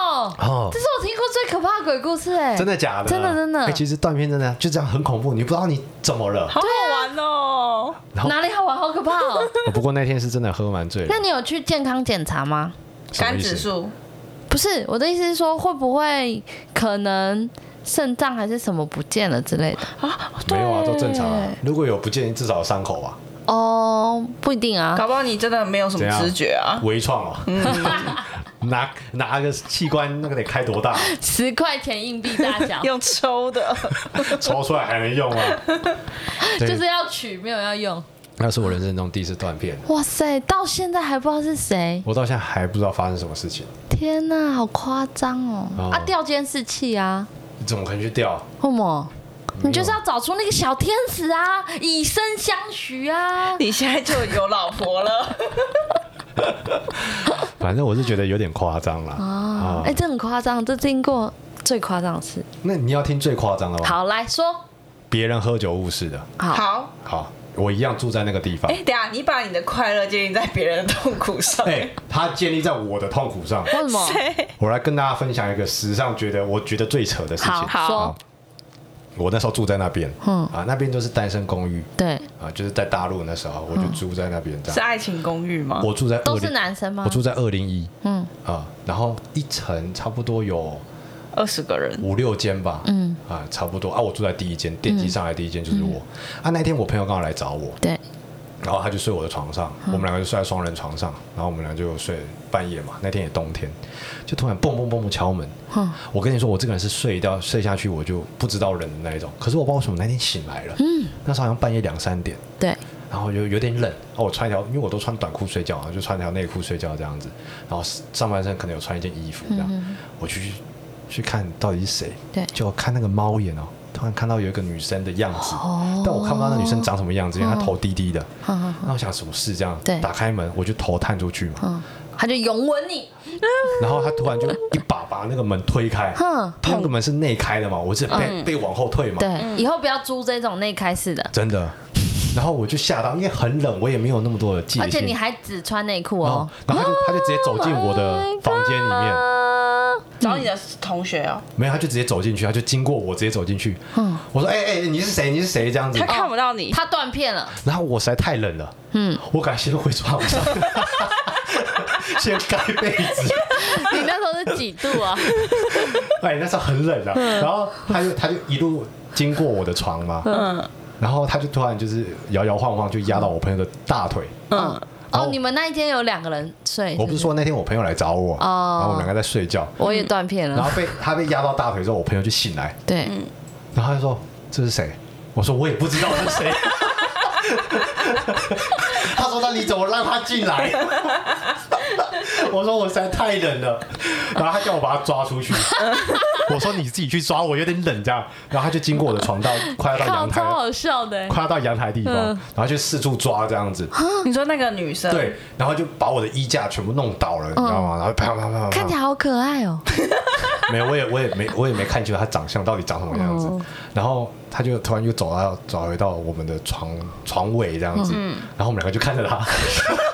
[SPEAKER 2] 哦！
[SPEAKER 1] 哦
[SPEAKER 2] 这是我听过最可怕的鬼故事哎，
[SPEAKER 1] 真的假的？
[SPEAKER 2] 真的真的
[SPEAKER 1] 哎、其实断片真的就这样很恐怖，你不知道你怎么了。
[SPEAKER 3] 好
[SPEAKER 2] 啊
[SPEAKER 3] 好玩哦。
[SPEAKER 1] 然后
[SPEAKER 2] 哪里好玩？好可怕 哦！
[SPEAKER 1] 哦不过那天是真的喝蛮 醉的
[SPEAKER 2] 那，你有去健康检查吗？
[SPEAKER 1] 什么
[SPEAKER 3] 肝
[SPEAKER 1] 意
[SPEAKER 3] 指
[SPEAKER 1] 思？
[SPEAKER 3] 数
[SPEAKER 2] 不是，我的意思是说，会不会可能肾脏还是什么不见了之类的？
[SPEAKER 1] 没有啊，都正常啊
[SPEAKER 4] 对。
[SPEAKER 1] 如果有不建议，至少有伤口吧，啊
[SPEAKER 2] 哦，不一定啊。
[SPEAKER 3] 搞不好你真的没有什
[SPEAKER 1] 怎
[SPEAKER 3] 么
[SPEAKER 1] 样
[SPEAKER 3] 直觉啊。
[SPEAKER 1] 微创哦， 拿拿个器官那个得开多大，
[SPEAKER 2] 十块钱硬币大 小
[SPEAKER 3] 用抽的，
[SPEAKER 1] 抽出来还能用啊？对
[SPEAKER 2] 就是要取，没有要用。
[SPEAKER 1] 那是我人生中第一次断片，
[SPEAKER 2] 哇塞，到现在还不知道是谁，
[SPEAKER 1] 我到现在还不知道发生什么事情。
[SPEAKER 2] 天哪，好夸张哦！
[SPEAKER 1] 哦
[SPEAKER 2] 啊，掉监视器啊，
[SPEAKER 1] 你怎么可能去钓？
[SPEAKER 2] 为什么？你就是要找出那个小天使啊，以身相许啊！
[SPEAKER 4] 你现在就有老婆了，
[SPEAKER 1] 反正我是觉得有点夸张啦。啊
[SPEAKER 2] 啊，哎、这很夸张，这听过最夸张的事。
[SPEAKER 1] 那你要听最夸张的吧？
[SPEAKER 2] 好，来说，
[SPEAKER 1] 别人喝酒误事的。
[SPEAKER 2] 好，
[SPEAKER 4] 好，
[SPEAKER 1] 好，我一样住在那个地方
[SPEAKER 4] 哎、。等一下你把你的快乐建立在别人的痛苦上，
[SPEAKER 1] 哎、他建立在我的痛苦上。
[SPEAKER 2] 为什 么？
[SPEAKER 1] 我来跟大家分享一个史上觉得我觉得最扯的事情。
[SPEAKER 2] 好，
[SPEAKER 4] 好
[SPEAKER 2] 说，
[SPEAKER 1] 我那时候住在那边，
[SPEAKER 2] 嗯
[SPEAKER 1] 啊，那边就是单身公寓，
[SPEAKER 2] 对，
[SPEAKER 1] 啊，就是在大陆那时候，我就住在那边这
[SPEAKER 4] 是
[SPEAKER 1] 样。
[SPEAKER 4] 爱情公寓吗？
[SPEAKER 1] 我住在
[SPEAKER 2] 嗯啊都
[SPEAKER 1] 20
[SPEAKER 2] 是男生吗
[SPEAKER 1] 我住在二零一，
[SPEAKER 2] 嗯
[SPEAKER 1] 啊，然后一层差不多有
[SPEAKER 4] 二十个人，
[SPEAKER 1] 五六间吧，嗯，啊，差不多啊，我住在第一间，电梯上来第一间就是
[SPEAKER 2] 嗯
[SPEAKER 1] 我。啊，那天我朋友刚好来找我，
[SPEAKER 2] 对，
[SPEAKER 1] 然后他就睡我的床上，
[SPEAKER 2] 嗯
[SPEAKER 1] 我们两个就睡在双人床上，然后我们俩就睡半夜嘛，那天也冬天，就突然蹦蹦蹦蹦敲门。
[SPEAKER 2] 嗯
[SPEAKER 1] 我跟你说，我这个人是睡到睡下去我就不知道人的那一种，可是我不知道为什么那天醒来了，嗯，那时候好像半夜两三点，
[SPEAKER 2] 对，
[SPEAKER 1] 然后就有点冷，然后我穿一条，因为我都穿短裤睡觉，然后就穿一条内裤睡觉这样子，然后上半身可能有穿一件衣服这样，我去去看到底是谁，
[SPEAKER 2] 嗯对
[SPEAKER 1] 就看那个猫眼哦，突然看到有一个女生的样子，
[SPEAKER 2] 哦
[SPEAKER 1] 但我看不到那女生长什么样子，因为她头低低的，
[SPEAKER 2] 嗯
[SPEAKER 1] 那我想什么事这样
[SPEAKER 2] 对，
[SPEAKER 1] 打开门我就头探出去嘛，
[SPEAKER 2] 嗯，他就拥吻你，
[SPEAKER 1] 然后她突然就一把把那个门推 开，
[SPEAKER 2] 哼，
[SPEAKER 1] 那个门是内开的嘛，我是被被往后退嘛，
[SPEAKER 2] 嗯对，嗯以后不要租这种内开式的，
[SPEAKER 1] 真的，然后我就吓到，因为很冷，我也没有那么多的戒心，
[SPEAKER 2] 而且你还只穿内裤
[SPEAKER 1] 然后
[SPEAKER 2] 哦，，Oh
[SPEAKER 1] 然后他就他就直接走进我的房间哦里面，
[SPEAKER 2] 啊，
[SPEAKER 4] 找你的同学哦，
[SPEAKER 3] 嗯
[SPEAKER 1] 没有，他就直接走进去，他就经过我直接走进去。我说：“哎、哎、你是谁？你是谁？”这样子
[SPEAKER 4] 他。看不到
[SPEAKER 3] 哦
[SPEAKER 4] 你，
[SPEAKER 2] 嗯他断片了，
[SPEAKER 1] 然后我实在太冷了，嗯，我赶紧先回床 上，先盖被子。
[SPEAKER 2] 你那时候是几 度啊？
[SPEAKER 1] 哎，那时候很冷啊。
[SPEAKER 2] 嗯
[SPEAKER 1] 然后他就他就一路经过我的床嘛，嗯，然后他就突然就是摇摇晃晃就压到我朋友的大腿。
[SPEAKER 2] 嗯，
[SPEAKER 1] 然
[SPEAKER 2] 哦，
[SPEAKER 1] 后
[SPEAKER 2] 你们那一间有两个人睡，
[SPEAKER 1] 我不是，说那天我朋友来找我，
[SPEAKER 2] 哦
[SPEAKER 1] 然后我们两个在睡觉，
[SPEAKER 2] 我也断片
[SPEAKER 1] 然
[SPEAKER 2] 了
[SPEAKER 1] 后， 被他被压到大腿之后，我朋友就醒来，
[SPEAKER 2] 对，
[SPEAKER 1] 然后他就说这是谁？我说我也不知道是 谁。他说那你怎么让他进 来？我说我实在太冷了，然后他叫我把他抓出去。我说你自己去抓，我有点冷这样。然后他就经过我的床到快要到
[SPEAKER 2] 靠，嗯
[SPEAKER 1] 阳台
[SPEAKER 2] 超
[SPEAKER 1] 了，
[SPEAKER 2] 好笑的，欸
[SPEAKER 1] 快要啊到阳台地方，然后就四处抓这样子，
[SPEAKER 4] 你说那个女生，
[SPEAKER 1] 对，然后就把我的衣架全部弄倒了，你知道吗？然后啪啪啪啪
[SPEAKER 2] 看起
[SPEAKER 1] 啪，
[SPEAKER 2] 来好可爱哦，
[SPEAKER 1] 没有，我也我也没我也没看清楚他长相到底长什么样子。
[SPEAKER 2] 哦
[SPEAKER 1] 然后他就突然又走到走回到我们的床床尾这样子，
[SPEAKER 2] 嗯
[SPEAKER 1] 然后我们两个就看着他。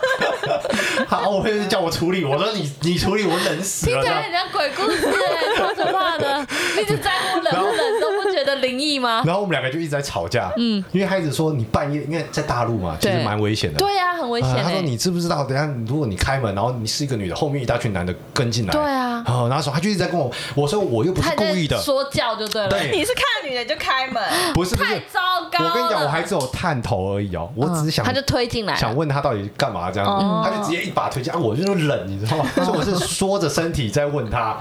[SPEAKER 1] 好，我朋友就叫我处理，我说你你处理，我冷死
[SPEAKER 2] 听
[SPEAKER 1] 了。
[SPEAKER 2] 起
[SPEAKER 1] 这
[SPEAKER 2] 来
[SPEAKER 1] 样
[SPEAKER 2] 很像鬼故事哎，超可 怕的。你只在乎冷不冷，都不觉得灵异吗？
[SPEAKER 1] 然后我们两个就一直在吵架，嗯，因为他一直说你半夜，因为在大陆嘛，其实
[SPEAKER 2] 对
[SPEAKER 1] 蛮危险的。
[SPEAKER 2] 对啊，很危险
[SPEAKER 1] 啊他
[SPEAKER 2] 哎
[SPEAKER 1] 说：“。你知不知道？等一下如果你开门，然后你是一个女的，后面一大群男的跟进来，
[SPEAKER 2] 对啊
[SPEAKER 1] 好，然后说他就一直在跟我，我说我又不
[SPEAKER 2] 他
[SPEAKER 1] 是故
[SPEAKER 2] 在
[SPEAKER 1] 意的，
[SPEAKER 2] 说教就对了。
[SPEAKER 1] 对，
[SPEAKER 4] 你是看女的就开门，
[SPEAKER 3] 嗯
[SPEAKER 1] 不是不是
[SPEAKER 2] 太，糟糕了。
[SPEAKER 1] 我跟你讲，我还只有探头而已哦，我只是想
[SPEAKER 2] 嗯他哦就推进来了，
[SPEAKER 1] 想问他到底干嘛这样子，他就直接一把推进来，啊我就是冷，你知 道吗？所以我是缩着身体在问他，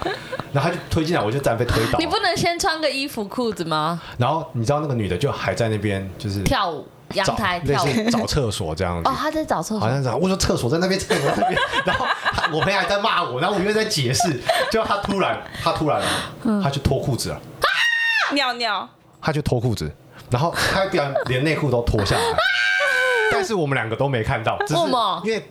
[SPEAKER 1] 然后他就推进来，我就这样被推倒
[SPEAKER 2] 你。不能先穿个衣服裤子吗？
[SPEAKER 1] 然后你知道那个女的就还在那边就是
[SPEAKER 2] 跳舞，阳
[SPEAKER 1] 找
[SPEAKER 2] 台
[SPEAKER 1] 类
[SPEAKER 2] 跳舞。
[SPEAKER 1] 似找厕所这样子
[SPEAKER 2] 哦，。他在找厕
[SPEAKER 1] 好
[SPEAKER 2] 所。
[SPEAKER 1] 像是啊，我说厕所在那边，厕所在那边，然后他我朋友还在骂我，然后我又在解释，结果他突然，他突然，
[SPEAKER 2] 嗯
[SPEAKER 1] 他就脱裤子了，
[SPEAKER 4] 尿尿，
[SPEAKER 1] 他就脱裤子，然后他还不然连内裤都脱 下来，但是我们两个都没看到，只是
[SPEAKER 2] 啊为什么嗯
[SPEAKER 1] 因为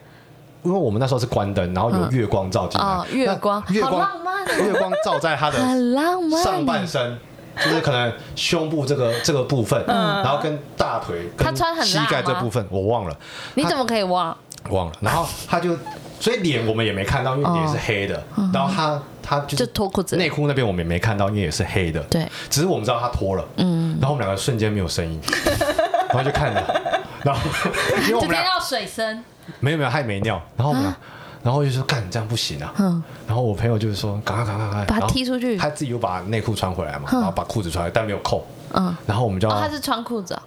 [SPEAKER 1] 因为我们那时候是关灯，然后有月光照进来，
[SPEAKER 2] 哦月
[SPEAKER 1] 那
[SPEAKER 2] 光
[SPEAKER 1] 月
[SPEAKER 2] 好
[SPEAKER 1] 光
[SPEAKER 2] 浪漫哦
[SPEAKER 1] 月光照在他的
[SPEAKER 2] 很浪漫
[SPEAKER 1] 上半身。就是可能胸部这个这个部分，然后跟大腿、
[SPEAKER 2] 嗯他
[SPEAKER 1] 跟
[SPEAKER 2] 穿很
[SPEAKER 1] 膝
[SPEAKER 2] 辣
[SPEAKER 1] 盖这
[SPEAKER 2] 吗
[SPEAKER 1] 部分，我忘了。
[SPEAKER 2] 你
[SPEAKER 1] 他
[SPEAKER 2] 怎么可以忘？
[SPEAKER 1] 忘了，然后他就，所以脸我们也没看到，因为脸是黑的。然后他他就是
[SPEAKER 2] 哦就脱裤子
[SPEAKER 1] 内裤那边我们也没看到，因为也是黑的。
[SPEAKER 2] 对，
[SPEAKER 1] 只是我们知道他脱了。嗯，然后我们两个瞬间没有 声音，然后就看着，然后因为我们
[SPEAKER 2] 就听
[SPEAKER 1] 俩
[SPEAKER 2] 到啊水声，
[SPEAKER 1] 没有没有，他也没尿，然后我们俩，然后我就说干，你这样不行啊。
[SPEAKER 2] 嗯
[SPEAKER 1] 然后我朋友就是说，赶快赶快赶快，
[SPEAKER 2] 把他
[SPEAKER 1] 然后
[SPEAKER 2] 踢出去
[SPEAKER 1] 他自己又把内裤穿回来嘛，然后把裤子穿回来，但没有扣。
[SPEAKER 2] 嗯。
[SPEAKER 1] 然后我们就
[SPEAKER 2] 哦，
[SPEAKER 1] 要
[SPEAKER 2] 他是啊穿裤子哦，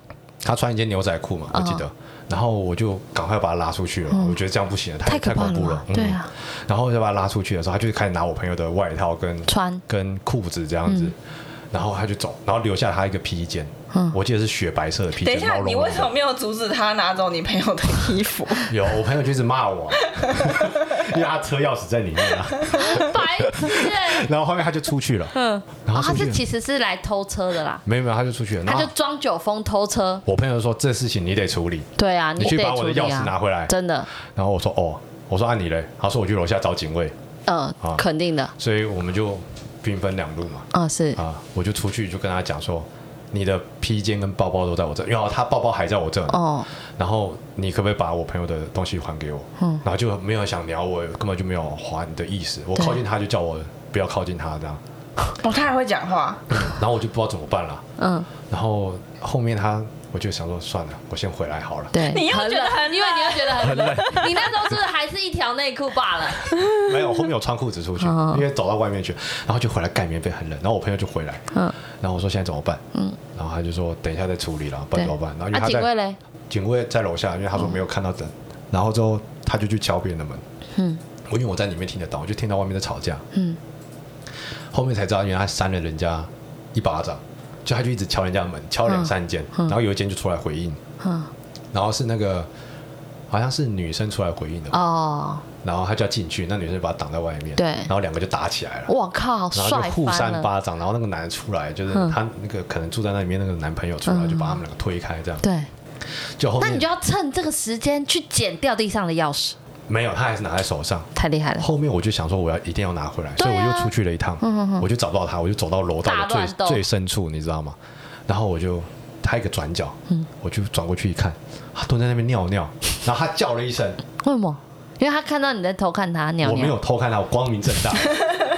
[SPEAKER 1] 他穿一件牛仔裤嘛，我记得。然后我就赶快把他拉出去了，我觉得这样不行了，太
[SPEAKER 2] 嗯太可怕
[SPEAKER 1] 恐怖
[SPEAKER 2] 了
[SPEAKER 1] 了嗯
[SPEAKER 2] 吧。对啊
[SPEAKER 1] 然后我就把他拉出去的时候，他就开始拿我朋友的外套跟
[SPEAKER 2] 穿嗯
[SPEAKER 1] 跟裤子这样子。然后他就走，然后留下他一个披肩，我记得是雪白色的披
[SPEAKER 3] 等
[SPEAKER 1] 肩。
[SPEAKER 3] 一下，
[SPEAKER 1] 毛茸
[SPEAKER 3] 你
[SPEAKER 1] 茸
[SPEAKER 3] 为什么
[SPEAKER 1] 的
[SPEAKER 3] 没有阻止他拿走你朋友的衣服？
[SPEAKER 1] 有我朋友就一直骂我啊、 因为他车钥匙在里面啊。
[SPEAKER 2] 白痴欸！
[SPEAKER 1] 然后后面他就出 去了，
[SPEAKER 2] 嗯，
[SPEAKER 1] 然后
[SPEAKER 2] 哦
[SPEAKER 1] 出
[SPEAKER 2] 他
[SPEAKER 1] 去了
[SPEAKER 2] 是其实是来偷车的啦，
[SPEAKER 1] 没有没有，他就出去了。然
[SPEAKER 2] 他
[SPEAKER 1] 后
[SPEAKER 2] 就装酒疯偷车。
[SPEAKER 1] 我朋友说这事情你得处理，
[SPEAKER 2] 对啊，
[SPEAKER 1] 你
[SPEAKER 2] 得
[SPEAKER 1] 去把
[SPEAKER 2] 处
[SPEAKER 1] 我的
[SPEAKER 2] 理
[SPEAKER 1] 钥匙
[SPEAKER 2] 啊，
[SPEAKER 1] 拿回来
[SPEAKER 2] 真的，
[SPEAKER 1] 然后我说哦，我说按、你嘞，他说我去楼下找警卫，
[SPEAKER 2] 嗯
[SPEAKER 1] 啊，
[SPEAKER 2] 肯定的，
[SPEAKER 1] 所以我们就兵分两路嘛。
[SPEAKER 2] 啊是，
[SPEAKER 1] 啊，我就出去就跟他讲说，你的披肩跟包包都在我这，然后他包包还在我这，
[SPEAKER 2] 哦，
[SPEAKER 1] 然后你可不可以把我朋友的东西还给我？嗯，然后就没有想聊我，根本就没有还的意思。我
[SPEAKER 2] 对
[SPEAKER 1] 靠近他就叫我不要靠近他这样，
[SPEAKER 3] 哦，他还会讲话，
[SPEAKER 1] 然后我就不知道怎么办了。
[SPEAKER 2] 嗯，
[SPEAKER 1] 然后后面他我就想说算了，我先回来好了。
[SPEAKER 2] 对，
[SPEAKER 3] 你又觉得很
[SPEAKER 2] 因为你又觉得很
[SPEAKER 1] 很
[SPEAKER 2] 冷，
[SPEAKER 1] 冷，
[SPEAKER 2] 你那时候是不是还是一条内裤罢了？
[SPEAKER 1] 没有，后面有穿裤子出去，
[SPEAKER 2] 哦
[SPEAKER 1] 因为走到外面去，然后就回来盖棉被，很冷。然后我朋友就回来，
[SPEAKER 2] 嗯，
[SPEAKER 1] 然后我说现在怎么办？嗯，然后他就说等一下再处理了，不
[SPEAKER 2] 对，
[SPEAKER 1] 然怎么办？然后因为
[SPEAKER 2] 啊，
[SPEAKER 1] 他
[SPEAKER 2] 警
[SPEAKER 1] 在
[SPEAKER 2] 卫嘞，
[SPEAKER 1] 警卫在楼下，因为他说没有看到人，然后之后他就去敲别人的门。
[SPEAKER 2] 嗯，
[SPEAKER 1] 我因为我在里面听得到，我就听到外面在吵架。
[SPEAKER 2] 嗯，
[SPEAKER 1] 后面才知道，原来他扇了人家一巴掌，就他就一直敲人家的门，敲两三间，然后有一间就出来回应，
[SPEAKER 2] 嗯，
[SPEAKER 1] 然后是那个好像是女生出来回应的，
[SPEAKER 2] 哦，
[SPEAKER 1] 然后他就要进去，那女生把他挡在外面，
[SPEAKER 2] 对
[SPEAKER 1] 然后两个就打起来了。
[SPEAKER 2] 我靠，
[SPEAKER 1] 然后
[SPEAKER 2] 帅啊
[SPEAKER 1] 就互
[SPEAKER 2] 翻
[SPEAKER 1] 扇
[SPEAKER 2] 了，
[SPEAKER 1] 巴掌，然后那个男的出来，就是
[SPEAKER 2] 嗯
[SPEAKER 1] 他那个可能住在那里面那个男朋友出来，
[SPEAKER 2] 嗯
[SPEAKER 1] 就把他们两个推开，这样。
[SPEAKER 2] 对，
[SPEAKER 1] 就后
[SPEAKER 2] 那你
[SPEAKER 1] 面
[SPEAKER 2] 就要趁这个时间去捡掉地上的钥匙，
[SPEAKER 1] 没有，他还是拿在手上。
[SPEAKER 2] 太厉害了，
[SPEAKER 1] 后面我就想说，我要一定要拿回来，所
[SPEAKER 2] 对啊嗯
[SPEAKER 1] 以我又出去了一趟，我就找不到他，我就走到楼道
[SPEAKER 2] 大
[SPEAKER 1] 的
[SPEAKER 2] 乱
[SPEAKER 1] 最
[SPEAKER 2] 斗
[SPEAKER 1] 最深处，你知道吗？然后我就他一个转角，
[SPEAKER 2] 嗯
[SPEAKER 1] 我就转过去一看，他蹲在那边尿 尿，然后他叫了一声，
[SPEAKER 2] 为什么？因为他看到你在偷看他尿
[SPEAKER 1] 我没有
[SPEAKER 2] 尿，
[SPEAKER 1] 偷看他，我光明正 大，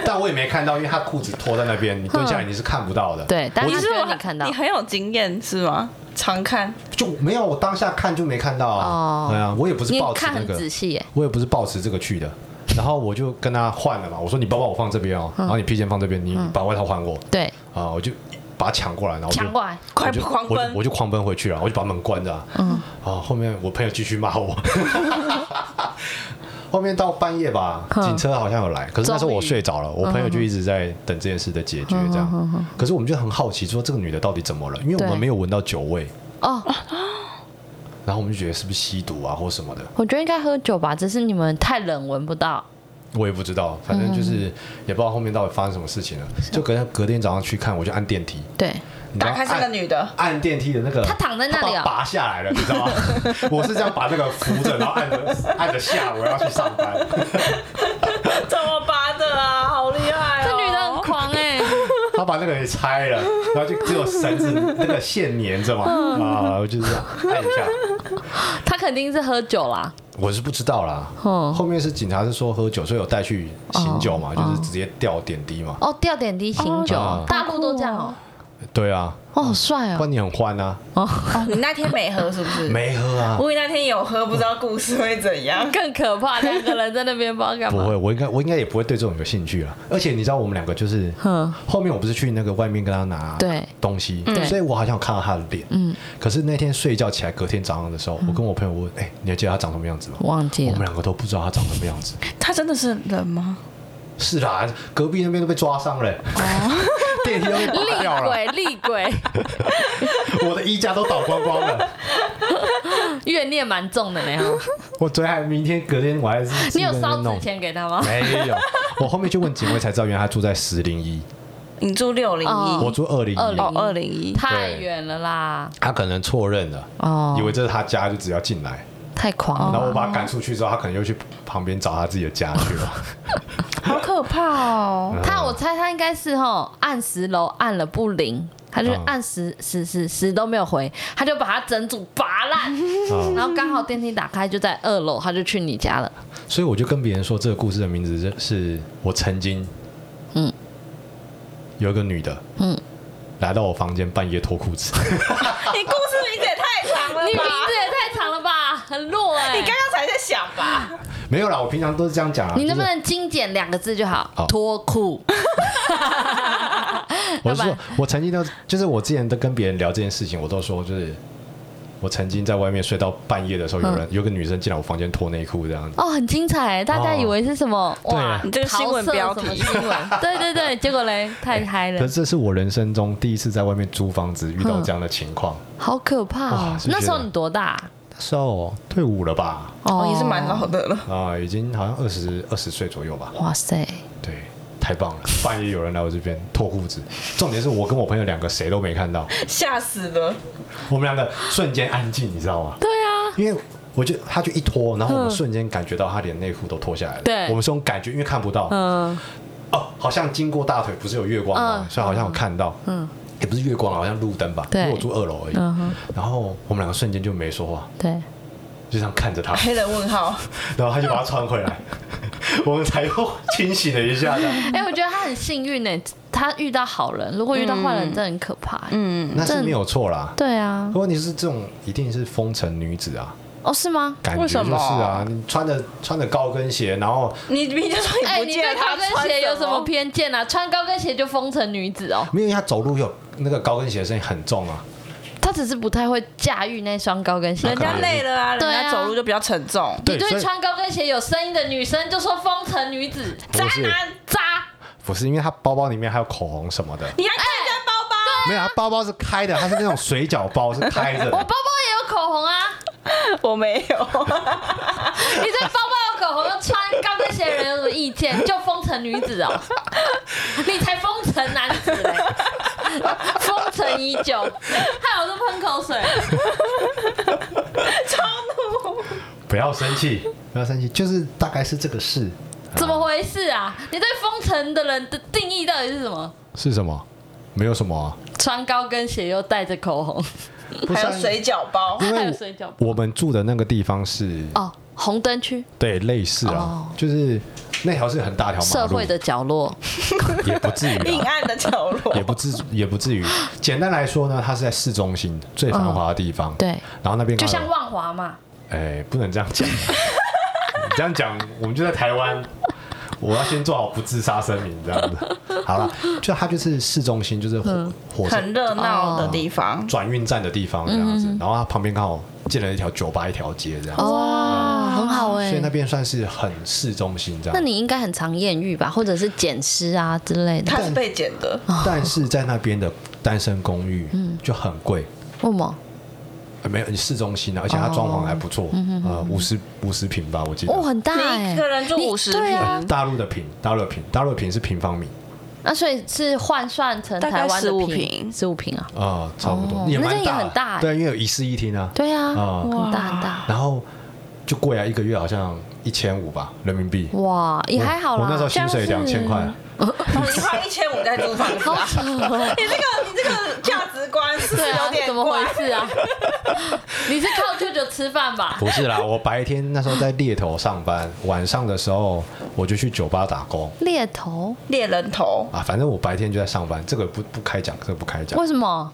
[SPEAKER 1] 但我也没看到，因为他裤子脱在那边，你蹲下来你是看不到的，
[SPEAKER 2] 对但
[SPEAKER 1] 我
[SPEAKER 2] 他
[SPEAKER 1] 就
[SPEAKER 2] 觉得
[SPEAKER 3] 很
[SPEAKER 2] 你看到
[SPEAKER 3] 你很有经验是吗？常看，
[SPEAKER 1] 就没有，我当下看就没看到
[SPEAKER 2] 哦
[SPEAKER 1] 啊，对啊，我也不是
[SPEAKER 2] 你
[SPEAKER 1] 抱持
[SPEAKER 2] 看
[SPEAKER 1] 那
[SPEAKER 2] 很
[SPEAKER 1] 个
[SPEAKER 2] 仔，细耶，
[SPEAKER 1] 我也不是抱持这个去的。然后我就跟他换了嘛，我说你包包我放这边
[SPEAKER 2] 嗯
[SPEAKER 1] 哦，然后你披肩放这边，你把外套还我，
[SPEAKER 2] 对，
[SPEAKER 1] 啊，我就把他抢过来，然后我就
[SPEAKER 2] 抢过来，
[SPEAKER 3] 快
[SPEAKER 1] 我就
[SPEAKER 3] 狂
[SPEAKER 1] 我
[SPEAKER 3] 奔
[SPEAKER 1] 就我就狂奔回去了，我就把门关着啊。
[SPEAKER 2] 嗯
[SPEAKER 1] 啊，后面我朋友继续骂 我，后面到半夜吧，
[SPEAKER 2] 嗯
[SPEAKER 1] 警车好像有来，可是那时候
[SPEAKER 2] 终于嗯
[SPEAKER 1] 我睡着了，我朋友就一直在等这件事的解决，这样。可是我们就很好奇，说这个女的到底怎么了？因为我
[SPEAKER 2] 对
[SPEAKER 1] 们没有闻到酒味，
[SPEAKER 2] 哦，
[SPEAKER 1] 然后我们就觉得是不是吸毒啊或什么的，
[SPEAKER 2] 我觉得应该喝酒吧，只是你们太冷闻不到，
[SPEAKER 1] 我也不知道，反正就是
[SPEAKER 2] 嗯
[SPEAKER 1] 也不知道后面到底发生什么事情了。就隔天隔天早上去看，我就按电梯，
[SPEAKER 2] 对，
[SPEAKER 1] 你知道
[SPEAKER 3] 打开是
[SPEAKER 1] 按
[SPEAKER 3] 个女的，
[SPEAKER 1] 按电梯的那个，
[SPEAKER 2] 他躺在那里哦
[SPEAKER 1] 他把我拔下来了，你知道吗？ 我是这样把那个扶着，然后按着按着下，我要去上班。
[SPEAKER 3] 怎么拔的啊？好厉害、哦！
[SPEAKER 2] 这女的很狂 哎，
[SPEAKER 1] 他把那个给拆了，然后就只有绳子那个线粘着嘛，
[SPEAKER 2] 嗯
[SPEAKER 1] 啊，我就是这样按一下。
[SPEAKER 2] 他肯定是喝酒啦，
[SPEAKER 1] 我是不知道啦，
[SPEAKER 2] 嗯
[SPEAKER 1] 后面是警察是说喝酒，所以有带去醒酒嘛，
[SPEAKER 2] 哦
[SPEAKER 1] 就是直接吊点滴嘛。
[SPEAKER 2] 哦，掉点滴醒酒
[SPEAKER 1] 哦，
[SPEAKER 2] 大陆都这样哦，
[SPEAKER 1] 对啊，
[SPEAKER 2] 哦，好帅
[SPEAKER 1] 不
[SPEAKER 2] 哦，
[SPEAKER 1] 然你很欢啊，
[SPEAKER 3] 哦，你那天没喝是不是？
[SPEAKER 1] 没喝啊。
[SPEAKER 3] 我以为那天有喝，不知道故事会怎 样。
[SPEAKER 2] 更可怕，两个人在那边不知道干
[SPEAKER 1] 不
[SPEAKER 2] 嘛，
[SPEAKER 1] 会，我应该我应该也不会对这种有兴趣了。而且你知道，我们两个就是
[SPEAKER 2] 嗯，
[SPEAKER 1] 后面我不是去那个外面跟他拿
[SPEAKER 2] 对嗯
[SPEAKER 1] 东西
[SPEAKER 2] 对，
[SPEAKER 1] 所以我好像有看到他的脸。嗯，可是那天睡觉起来，隔天早上的时候，我跟我朋友问：“哎，你还记得他长什么样子吗？”
[SPEAKER 2] 忘记
[SPEAKER 1] 我
[SPEAKER 2] 了
[SPEAKER 1] 们，两个都不知道他长什么样子。
[SPEAKER 3] 他真的是人吗？
[SPEAKER 1] 是啦，隔壁那边都被抓伤了， 电梯都被拔
[SPEAKER 2] 哦厉
[SPEAKER 1] 掉了，
[SPEAKER 2] 鬼厉鬼，
[SPEAKER 1] 我的衣架都倒光光了。
[SPEAKER 2] 怨念蛮重的 呢。哦
[SPEAKER 1] 我昨天还明天隔天我还是
[SPEAKER 2] 你有
[SPEAKER 1] 自己在那
[SPEAKER 2] 烧
[SPEAKER 1] 边弄
[SPEAKER 2] 纸钱给他吗？
[SPEAKER 1] 没有？我后面去问警卫才知道，原来他住在十零一，
[SPEAKER 3] 你住六零
[SPEAKER 2] 哦
[SPEAKER 3] 一，
[SPEAKER 1] 我住二零
[SPEAKER 2] 二
[SPEAKER 1] 一
[SPEAKER 2] 零。
[SPEAKER 3] 哦，二零一，
[SPEAKER 2] 太远了啦，
[SPEAKER 1] 他可能错认了，
[SPEAKER 2] 哦
[SPEAKER 1] 以为这是他家，就只要进来。
[SPEAKER 2] 太狂了
[SPEAKER 1] 然。后我把他赶出去之后，他可能又去旁边找他自己的家去了。
[SPEAKER 3] 好可怕 哦！
[SPEAKER 2] 他，我猜他应该是吼按十楼按了不灵，他就
[SPEAKER 1] 嗯
[SPEAKER 2] 按十十十十都没有回，他就把它整组拔烂，
[SPEAKER 1] 嗯
[SPEAKER 2] 然后刚好电梯打开就在二楼，他就去你家了。
[SPEAKER 1] 所以我就跟别人说，这个故事的名字是是我曾经，
[SPEAKER 2] 嗯，
[SPEAKER 1] 有一个女的，嗯，来到我房间半夜脱裤子，
[SPEAKER 3] 你故事名字也太长了
[SPEAKER 2] 你名
[SPEAKER 3] 吧？
[SPEAKER 2] 字也太长了吧，很弱哎、
[SPEAKER 3] 你刚刚才在想吧？
[SPEAKER 1] 没有啦，我平常都是这样讲啊。
[SPEAKER 2] 你能不
[SPEAKER 1] 就是
[SPEAKER 2] 能精简两个字就好
[SPEAKER 1] 好？
[SPEAKER 2] 脱裤。
[SPEAKER 1] 我是
[SPEAKER 2] 要
[SPEAKER 1] 说
[SPEAKER 2] 不，
[SPEAKER 1] 我曾经都就是我之前都跟别人聊这件事情，我都说就是我曾经在外面睡到半夜的
[SPEAKER 2] 嗯
[SPEAKER 1] 时候，有人、有个女生进来我房间脱内裤这样子。
[SPEAKER 2] 哦，很精彩，大
[SPEAKER 1] 哦
[SPEAKER 2] 家以为是什么、
[SPEAKER 1] 啊
[SPEAKER 2] 哇？
[SPEAKER 3] 你这个新闻
[SPEAKER 2] 桃色
[SPEAKER 3] 标
[SPEAKER 2] 什么
[SPEAKER 3] 题
[SPEAKER 2] 新闻？对对对，结果嘞，太嗨
[SPEAKER 1] 哎可
[SPEAKER 2] 了
[SPEAKER 1] 是，这是我人生中第一次在外面租房子遇到这样的情况。
[SPEAKER 2] 好可怕哦
[SPEAKER 1] 哇！是
[SPEAKER 2] 那时候
[SPEAKER 1] 觉得
[SPEAKER 2] 你多大啊？
[SPEAKER 1] 那时候退伍了吧？
[SPEAKER 2] 哦
[SPEAKER 4] 哦，也是蛮老的了。
[SPEAKER 1] 啊、已经好像二十二十岁左右吧。
[SPEAKER 2] 哇塞，
[SPEAKER 1] 对，太棒 了！半夜有人来我这边脱裤子，重点是我跟我朋友两个谁都没看 到，
[SPEAKER 4] 吓死了！
[SPEAKER 1] 我们两个瞬间安静，你知道吗？
[SPEAKER 2] 对啊，
[SPEAKER 1] 因为我就他就一脱，然后我们
[SPEAKER 2] 嗯
[SPEAKER 1] 瞬间感觉到他连内裤都脱下来了。
[SPEAKER 2] 对
[SPEAKER 1] 我们是用感觉，因为看不到。
[SPEAKER 2] 嗯，
[SPEAKER 1] 哦，好像经过大腿不是有月光吗？
[SPEAKER 2] 嗯
[SPEAKER 1] 所以好像有看到。嗯，也不是月光，好像路灯吧。
[SPEAKER 2] 对
[SPEAKER 1] 因为我住二楼而已。
[SPEAKER 2] 嗯哼
[SPEAKER 1] 然后我们两个瞬间就没说话，
[SPEAKER 2] 对，
[SPEAKER 1] 就这样看着他，
[SPEAKER 4] 黑人问号，
[SPEAKER 1] 然后他就把它穿回来， 我们才又清醒了一下这样。
[SPEAKER 2] 哎、我觉得他很幸运呢、他遇到好人，如果遇到坏人，真的很可怕、嗯，
[SPEAKER 1] 那是没有错啦。
[SPEAKER 2] 对啊，
[SPEAKER 1] 问题是这种一定是风尘女子啊，
[SPEAKER 2] 哦，是吗？
[SPEAKER 1] 感觉
[SPEAKER 4] 为
[SPEAKER 1] 就
[SPEAKER 4] 什
[SPEAKER 1] 是
[SPEAKER 4] 么
[SPEAKER 1] 啊，你穿着穿着高跟鞋，然后
[SPEAKER 4] 你明就说
[SPEAKER 2] 哎、
[SPEAKER 4] 你不
[SPEAKER 2] 你
[SPEAKER 4] 见
[SPEAKER 2] 对
[SPEAKER 4] 得
[SPEAKER 2] 高
[SPEAKER 4] 他
[SPEAKER 2] 跟鞋有
[SPEAKER 4] 穿
[SPEAKER 2] 什么？偏见啊？穿高跟鞋就风尘女子哦，
[SPEAKER 1] 没有因为她走路有那个高跟鞋的声音很重啊，
[SPEAKER 2] 她只是不太会驾驭那双高跟鞋。
[SPEAKER 4] 人家累了啊，人
[SPEAKER 2] 对啊
[SPEAKER 4] 家走路就比较沉重。
[SPEAKER 2] 你
[SPEAKER 1] 对所
[SPEAKER 2] 对
[SPEAKER 1] 以
[SPEAKER 2] 穿高跟鞋有声音的女生就说风尘女子、
[SPEAKER 1] 不是
[SPEAKER 2] 渣，
[SPEAKER 1] 不是因为她包包里面还有口红什么的，
[SPEAKER 4] 你还看人家包包？
[SPEAKER 2] 哎
[SPEAKER 1] 没有，她包包是开的，她是那种水饺包是开着
[SPEAKER 2] 我包
[SPEAKER 1] 的，
[SPEAKER 2] 包也有口 红啊，
[SPEAKER 4] 我没 有，
[SPEAKER 2] 你对包包有口红又穿高跟鞋的人有什么意见？就风尘女子 哦，你才风尘男子嘞，风尘已久，害我都喷口水。
[SPEAKER 1] 不要生气，不要生气，就是大概是这个事，
[SPEAKER 2] 怎么回事啊？你对风尘的人的定义到底是什么？
[SPEAKER 1] 是什么？没有什么啊，
[SPEAKER 2] 穿高跟鞋又带着口红，
[SPEAKER 1] 不
[SPEAKER 4] 还
[SPEAKER 1] 是啊
[SPEAKER 4] 有水饺包。
[SPEAKER 1] 因
[SPEAKER 2] 还
[SPEAKER 1] 为
[SPEAKER 2] 有水饺包
[SPEAKER 1] 我们住的那个地方是
[SPEAKER 2] 哦，红灯区，
[SPEAKER 1] 对类似啊
[SPEAKER 2] 哦，
[SPEAKER 1] 就是那条是很大条马
[SPEAKER 2] 社
[SPEAKER 1] 路
[SPEAKER 2] 会，的角落，
[SPEAKER 1] 也不 至于
[SPEAKER 4] 阴
[SPEAKER 1] 啊。
[SPEAKER 4] 暗的角落
[SPEAKER 1] 也，不至也不至于。简单来说呢，它是在市中心最繁华的地方。
[SPEAKER 2] 嗯对
[SPEAKER 1] 然后那边
[SPEAKER 2] 就
[SPEAKER 1] 刚好
[SPEAKER 2] 像万华嘛。
[SPEAKER 1] 哎，不能这 样讲。你这样讲，我们就在台湾。我要先做好不自杀声明，这样 子。好了，就它就是市中心，就是
[SPEAKER 2] 嗯
[SPEAKER 1] 火火车
[SPEAKER 4] 很热闹的地方。
[SPEAKER 1] 转运站的地方这样
[SPEAKER 2] 嗯
[SPEAKER 1] 子。然后它旁边刚好建了一条酒吧一条街这样
[SPEAKER 2] 哦
[SPEAKER 1] 子，
[SPEAKER 2] 哇，很好哎
[SPEAKER 1] 所以那边算是很市中心这
[SPEAKER 2] 那
[SPEAKER 1] 样。
[SPEAKER 2] 你应该很常艳遇吧，或者是捡尸啊之类的。
[SPEAKER 4] 它是被剪的，
[SPEAKER 2] 哦
[SPEAKER 1] 但是在那边的单身公寓
[SPEAKER 2] 嗯
[SPEAKER 1] 就很贵。
[SPEAKER 2] 为什么？
[SPEAKER 1] 呃没有市中心啊，而且它装潢还不错，
[SPEAKER 2] 嗯
[SPEAKER 1] 呃，五十五十平吧，我记得。
[SPEAKER 2] 哦，很大哎、
[SPEAKER 4] 你一个人住
[SPEAKER 2] 你
[SPEAKER 4] 50
[SPEAKER 2] 对啊
[SPEAKER 1] 呃，大陆的平，大陆的平，大陆的平是平方米
[SPEAKER 2] 那所以是换算成台湾的
[SPEAKER 4] 大概15平
[SPEAKER 2] 十五平啊。
[SPEAKER 1] 啊，差不多
[SPEAKER 2] 哦，
[SPEAKER 1] 也
[SPEAKER 2] 那
[SPEAKER 1] 蛮
[SPEAKER 2] 这
[SPEAKER 1] 大
[SPEAKER 2] 也
[SPEAKER 1] 的，
[SPEAKER 2] 很大欸
[SPEAKER 1] 对，因为有一室一厅啊，
[SPEAKER 2] 对啊，
[SPEAKER 1] 啊
[SPEAKER 2] 很大很大。
[SPEAKER 1] 然后就贵啊，一个月好像一千五吧，人民币。
[SPEAKER 2] 哇，也还好
[SPEAKER 1] 我
[SPEAKER 2] 啦。
[SPEAKER 1] 那时候薪水
[SPEAKER 2] 这样
[SPEAKER 1] 两
[SPEAKER 2] 是
[SPEAKER 1] 千 块，
[SPEAKER 4] 你花一千五在租房子、啊，
[SPEAKER 3] 你这个你这个价值观是不
[SPEAKER 2] 哦
[SPEAKER 3] 是
[SPEAKER 2] 对
[SPEAKER 3] 有
[SPEAKER 2] 啊，
[SPEAKER 3] 点
[SPEAKER 2] 怎么回
[SPEAKER 3] 怪？
[SPEAKER 2] 事啊？ 你是靠舅舅吃饭吧？
[SPEAKER 1] 不是啦，我白天那时候在猎头上班，晚上的时候我就去酒吧打工
[SPEAKER 2] 猎头？
[SPEAKER 4] 猎人头，
[SPEAKER 1] 啊，反正我白天就在上班，这个不不开讲，这个不开讲
[SPEAKER 2] 为。什么？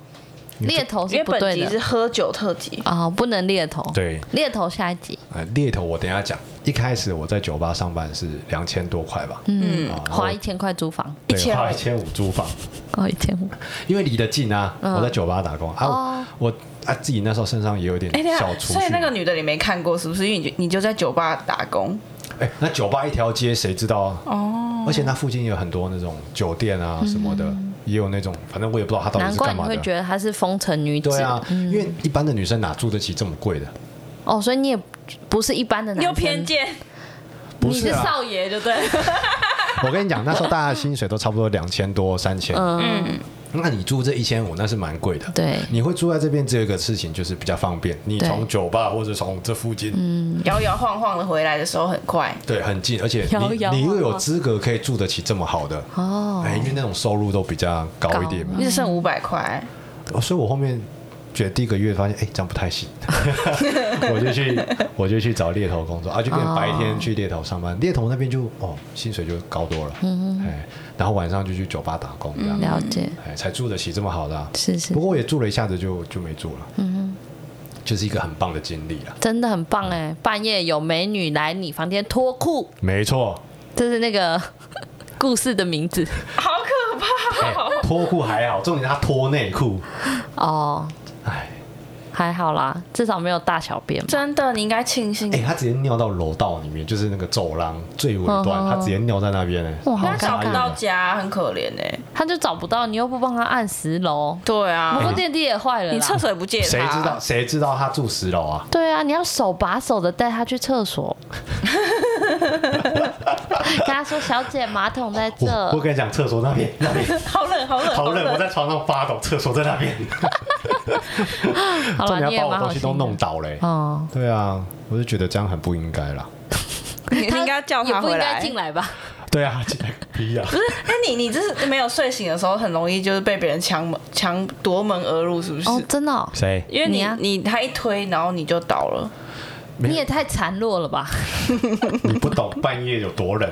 [SPEAKER 2] 猎头
[SPEAKER 4] 因
[SPEAKER 2] 是
[SPEAKER 4] 为
[SPEAKER 2] 不
[SPEAKER 4] 本
[SPEAKER 2] 对
[SPEAKER 4] 集是
[SPEAKER 2] 的
[SPEAKER 4] 喝酒特辑，
[SPEAKER 2] 啊、不能猎头。
[SPEAKER 1] 对
[SPEAKER 2] 猎头下一集，
[SPEAKER 1] 呃，猎头我等一下讲。一开始我在酒吧上班是两千多块吧，
[SPEAKER 2] 嗯
[SPEAKER 1] 啊，
[SPEAKER 2] 花一千块租房，
[SPEAKER 1] 对
[SPEAKER 4] 1500
[SPEAKER 1] 花一千五租房，
[SPEAKER 2] 哦，一千五。
[SPEAKER 1] 因为离得近啊，我在酒吧打工啊，我我啊自己那时候身上也有一点
[SPEAKER 4] 哎、等一
[SPEAKER 1] 小
[SPEAKER 4] 下，
[SPEAKER 1] 储蓄，
[SPEAKER 4] 所以那个女的你没看过是不是？因为你就你就在酒吧打工，
[SPEAKER 1] 哎，那酒吧一条街谁知道啊？哦，而且那附近也有很多那种酒店啊什么的，也有那种，反正我也不知道他到底
[SPEAKER 2] 难
[SPEAKER 1] 是
[SPEAKER 2] 怪
[SPEAKER 1] 干
[SPEAKER 2] 你
[SPEAKER 1] 嘛
[SPEAKER 2] 会
[SPEAKER 1] 的。
[SPEAKER 2] 觉得她是风尘女子。
[SPEAKER 1] 对啊，因为一般的女生哪住得起这么贵的？
[SPEAKER 2] 哦，所以你也不是一般的男
[SPEAKER 3] 你
[SPEAKER 2] 生，
[SPEAKER 3] 有偏，见，
[SPEAKER 1] 不
[SPEAKER 2] 你是
[SPEAKER 1] 啊，
[SPEAKER 2] 少爷就对了。
[SPEAKER 1] 我跟你讲，那时候大家的薪水都差不多两千多、三千。
[SPEAKER 2] 嗯，
[SPEAKER 1] 那你住这一千五，那是蛮贵的。
[SPEAKER 2] 对
[SPEAKER 1] 你会住在这边，只有一个事情就是比较方便，你
[SPEAKER 2] 对嗯
[SPEAKER 1] 从酒吧或者从这附近，
[SPEAKER 3] 嗯
[SPEAKER 4] 摇摇晃晃的回来的时候很快，
[SPEAKER 1] 对，很近，而且
[SPEAKER 2] 摇
[SPEAKER 1] 你
[SPEAKER 2] 摇
[SPEAKER 1] 你又
[SPEAKER 2] 晃
[SPEAKER 1] 有
[SPEAKER 2] 晃
[SPEAKER 1] 资格可以住得起这么好的
[SPEAKER 2] 哦
[SPEAKER 1] 哎，因为那种收入都比较高一点嘛
[SPEAKER 2] 高，
[SPEAKER 4] 一直剩五百块，
[SPEAKER 1] 哦所以我后面觉得第一个月发现，哎，这样不太行， 我就去我就去找猎头工作啊，就变成白
[SPEAKER 2] 哦
[SPEAKER 1] 天去猎头上班，猎头那边就哦薪水就高多了，
[SPEAKER 2] 嗯
[SPEAKER 1] 哎，然后晚上就去酒吧打工这样，
[SPEAKER 2] 了解，
[SPEAKER 1] 哎，才住得起这么好的啊，
[SPEAKER 2] 嗯是是
[SPEAKER 1] 不，过我也住了一下子就就没住了，嗯就是一个很棒的经历啊了，
[SPEAKER 2] 真的很棒哎！半夜有美女来你房间脱裤，
[SPEAKER 1] 没 错，
[SPEAKER 2] 这是那个故事的名字
[SPEAKER 3] 好可怕！
[SPEAKER 1] 哎哎脱裤还好，重点是他脱内裤，
[SPEAKER 2] 哦。
[SPEAKER 1] 哎，
[SPEAKER 2] 还好啦，至少没有大小便嘛。
[SPEAKER 3] 真的，你应该庆幸
[SPEAKER 1] 哎、。他直接尿到楼道里面，就是那个走廊最尾端，
[SPEAKER 2] 嗯嗯嗯
[SPEAKER 1] 他直接尿在那边呢、哎
[SPEAKER 2] 哇好
[SPEAKER 3] 他
[SPEAKER 1] 好
[SPEAKER 3] 找
[SPEAKER 1] 傻
[SPEAKER 3] 不
[SPEAKER 1] 眼
[SPEAKER 3] 到
[SPEAKER 1] 哦。
[SPEAKER 3] 家，很可怜哎。
[SPEAKER 2] 他就找不到，你又不帮他按十楼，
[SPEAKER 4] 对
[SPEAKER 2] 不
[SPEAKER 4] 啊
[SPEAKER 1] 嗯
[SPEAKER 2] 过，电梯也坏了啦。
[SPEAKER 4] 你厕所也不借他，
[SPEAKER 1] 谁知道？谁知道他住十楼啊？
[SPEAKER 2] 对啊，你要手把手的带他去厕所， 跟他说：“小姐，马桶在这。
[SPEAKER 1] 我我跟你讲，厕所那 边那边
[SPEAKER 3] 好冷，好冷，
[SPEAKER 1] 好冷，我在床上发抖，厕所在那 边，”
[SPEAKER 2] 好
[SPEAKER 1] 重
[SPEAKER 2] 了，
[SPEAKER 1] 点
[SPEAKER 2] 你也
[SPEAKER 1] 要把我
[SPEAKER 2] 蛮好
[SPEAKER 1] 东西
[SPEAKER 2] 心
[SPEAKER 1] 都
[SPEAKER 2] 的
[SPEAKER 1] 弄倒嘞、
[SPEAKER 2] 哦，
[SPEAKER 1] 对啊，我就觉得这样很不应该 啦。
[SPEAKER 4] 你应该叫
[SPEAKER 2] 也
[SPEAKER 4] 他
[SPEAKER 2] 不应
[SPEAKER 4] 回
[SPEAKER 2] 该
[SPEAKER 4] 来。
[SPEAKER 2] 进来吧？
[SPEAKER 1] 对啊，这个屁啊！
[SPEAKER 3] 不是，哎，你你这是没有睡醒的时候，很容易就是被别人强门强夺门而入，是不是？
[SPEAKER 2] 哦，真的哦，
[SPEAKER 1] 谁？
[SPEAKER 3] 因为
[SPEAKER 2] 你
[SPEAKER 3] 你
[SPEAKER 2] 啊
[SPEAKER 3] 你他一推，然后你就倒了。
[SPEAKER 1] 有
[SPEAKER 2] 你也太孱弱了吧？
[SPEAKER 1] 你不懂半夜有多 冷，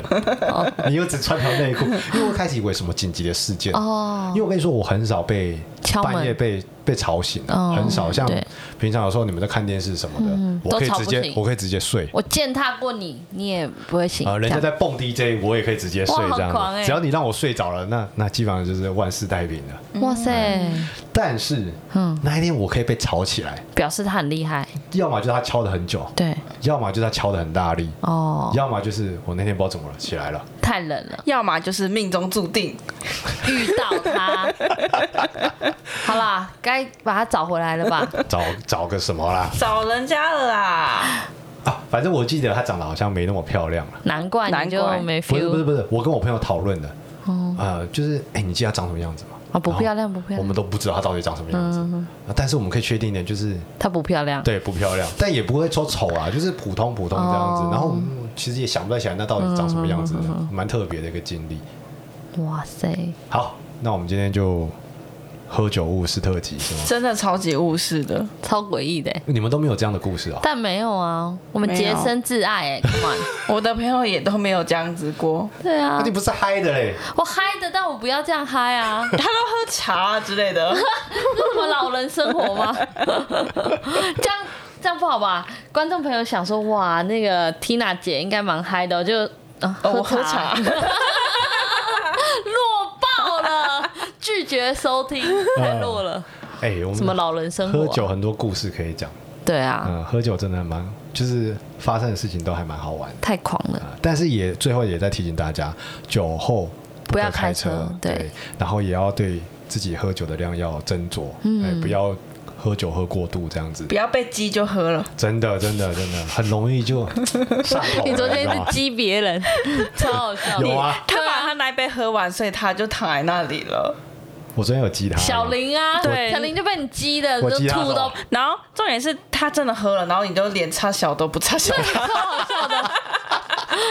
[SPEAKER 2] 哦
[SPEAKER 1] 你又只穿条内裤。因为我开始以为什么紧急的事件，
[SPEAKER 2] 哦
[SPEAKER 1] 因，为我跟你说，我很少被
[SPEAKER 2] 敲门
[SPEAKER 1] 半夜被被吵醒啊、
[SPEAKER 2] 哦
[SPEAKER 1] 很少像
[SPEAKER 2] 对嗯
[SPEAKER 1] 平常有时候你们在看电视什么的，我可以
[SPEAKER 2] 都吵
[SPEAKER 1] 直
[SPEAKER 2] 不
[SPEAKER 1] 接
[SPEAKER 2] 醒
[SPEAKER 1] 我可以直接睡。
[SPEAKER 2] 我践踏过你，你也不会醒。
[SPEAKER 1] 啊、人家
[SPEAKER 2] 这
[SPEAKER 1] 在蹦 DJ，我也可以直接睡
[SPEAKER 2] 哇好
[SPEAKER 1] 这样
[SPEAKER 2] 狂
[SPEAKER 1] 子，
[SPEAKER 2] 欸
[SPEAKER 1] 只要你让我睡着了，那那基本上就是万事太平了。
[SPEAKER 2] 样哇塞，
[SPEAKER 1] 但是，
[SPEAKER 2] 嗯
[SPEAKER 1] 那一天我可以被吵起来，
[SPEAKER 2] 表示他很厉害。
[SPEAKER 1] 要么就是他敲的很久，
[SPEAKER 2] 对，
[SPEAKER 1] 要么就是他敲的很大力，
[SPEAKER 2] 哦，
[SPEAKER 1] 要么就是我那天不知道怎么了起来了。
[SPEAKER 2] 太冷了，
[SPEAKER 4] 要么就是命中注定，
[SPEAKER 2] 遇到 他。好啦，该把他找回来了吧？
[SPEAKER 1] 找找个什么啦？
[SPEAKER 3] 找人家了啦，
[SPEAKER 1] 啊，反正我记得她长得好像没那么漂亮了。
[SPEAKER 2] 难怪你就
[SPEAKER 4] 难怪
[SPEAKER 2] 没
[SPEAKER 1] 不是不是
[SPEAKER 2] feel
[SPEAKER 1] 不是，我跟我朋友讨论的，呃，就是哎、你记得她长什么样子吗？
[SPEAKER 2] 啊，不漂亮，不漂
[SPEAKER 1] 我
[SPEAKER 2] 亮，嗯
[SPEAKER 1] 们都不知道她到底长什么样子，啊但是我们可以确定一点，就是
[SPEAKER 2] 她不漂亮。
[SPEAKER 1] 对不漂亮，但也不会说丑啊，就是普通普通这样子。
[SPEAKER 2] 哦嗯
[SPEAKER 1] 然后我们其实也想不太起来那到底长什么样子，蛮特别的一个经历。
[SPEAKER 2] 哇塞，
[SPEAKER 1] 好，那我们今天就喝酒误事特辑是吗？
[SPEAKER 4] 真的超级务实的。
[SPEAKER 2] 超诡异的欸。
[SPEAKER 1] 你们都没有这样的故事啊、
[SPEAKER 2] 但没有啊，我们
[SPEAKER 4] 没有
[SPEAKER 2] 洁身自爱哎 ，come on。
[SPEAKER 4] 我的朋友也都没有这样子过，
[SPEAKER 2] 对
[SPEAKER 1] 那、
[SPEAKER 2] 啊
[SPEAKER 1] 你，不是嗨的嘞？
[SPEAKER 2] 我嗨的，但我不要这样嗨啊，
[SPEAKER 4] 他都喝茶之类 的。
[SPEAKER 2] 这是什么老人生活吗？ 这样这样不好吧？观众朋友想说，哇，那个 Tina 姐应该蛮嗨的哦，就啊
[SPEAKER 4] 哦，我喝茶，
[SPEAKER 2] 弱爆了，拒绝收听，太弱了。
[SPEAKER 1] 哎、我们
[SPEAKER 2] 什么老人生活啊
[SPEAKER 1] 喝酒很多故事可以讲，
[SPEAKER 2] 对啊，
[SPEAKER 1] 嗯，喝酒真的蛮，就是发生的事情都还蛮好玩的。
[SPEAKER 2] 太狂了。
[SPEAKER 1] 啊但是也最后也在提醒大家，酒后
[SPEAKER 2] 不要
[SPEAKER 1] 可
[SPEAKER 2] 开
[SPEAKER 1] 开
[SPEAKER 2] 车对
[SPEAKER 1] 然后也要对自己喝酒的量要斟酌，嗯、不要喝酒喝过度这样子
[SPEAKER 4] 不，要被鸡就喝了。
[SPEAKER 1] 真的真的真的很容易 就上头了。
[SPEAKER 2] 你昨天
[SPEAKER 1] 知道吗
[SPEAKER 2] 是激 别人，超好笑。
[SPEAKER 1] 有啊，
[SPEAKER 4] 他把他那一杯喝完，所以他就躺在那里了。
[SPEAKER 1] 我昨天有激他，
[SPEAKER 2] 小林啊，
[SPEAKER 4] 对
[SPEAKER 2] 小林就被你激的，
[SPEAKER 1] 我
[SPEAKER 2] 就
[SPEAKER 1] 激他
[SPEAKER 2] 吐都
[SPEAKER 1] 手
[SPEAKER 4] 然后重点是他真的喝了，然后你就连擦小都不擦 小，
[SPEAKER 2] 超好笑的，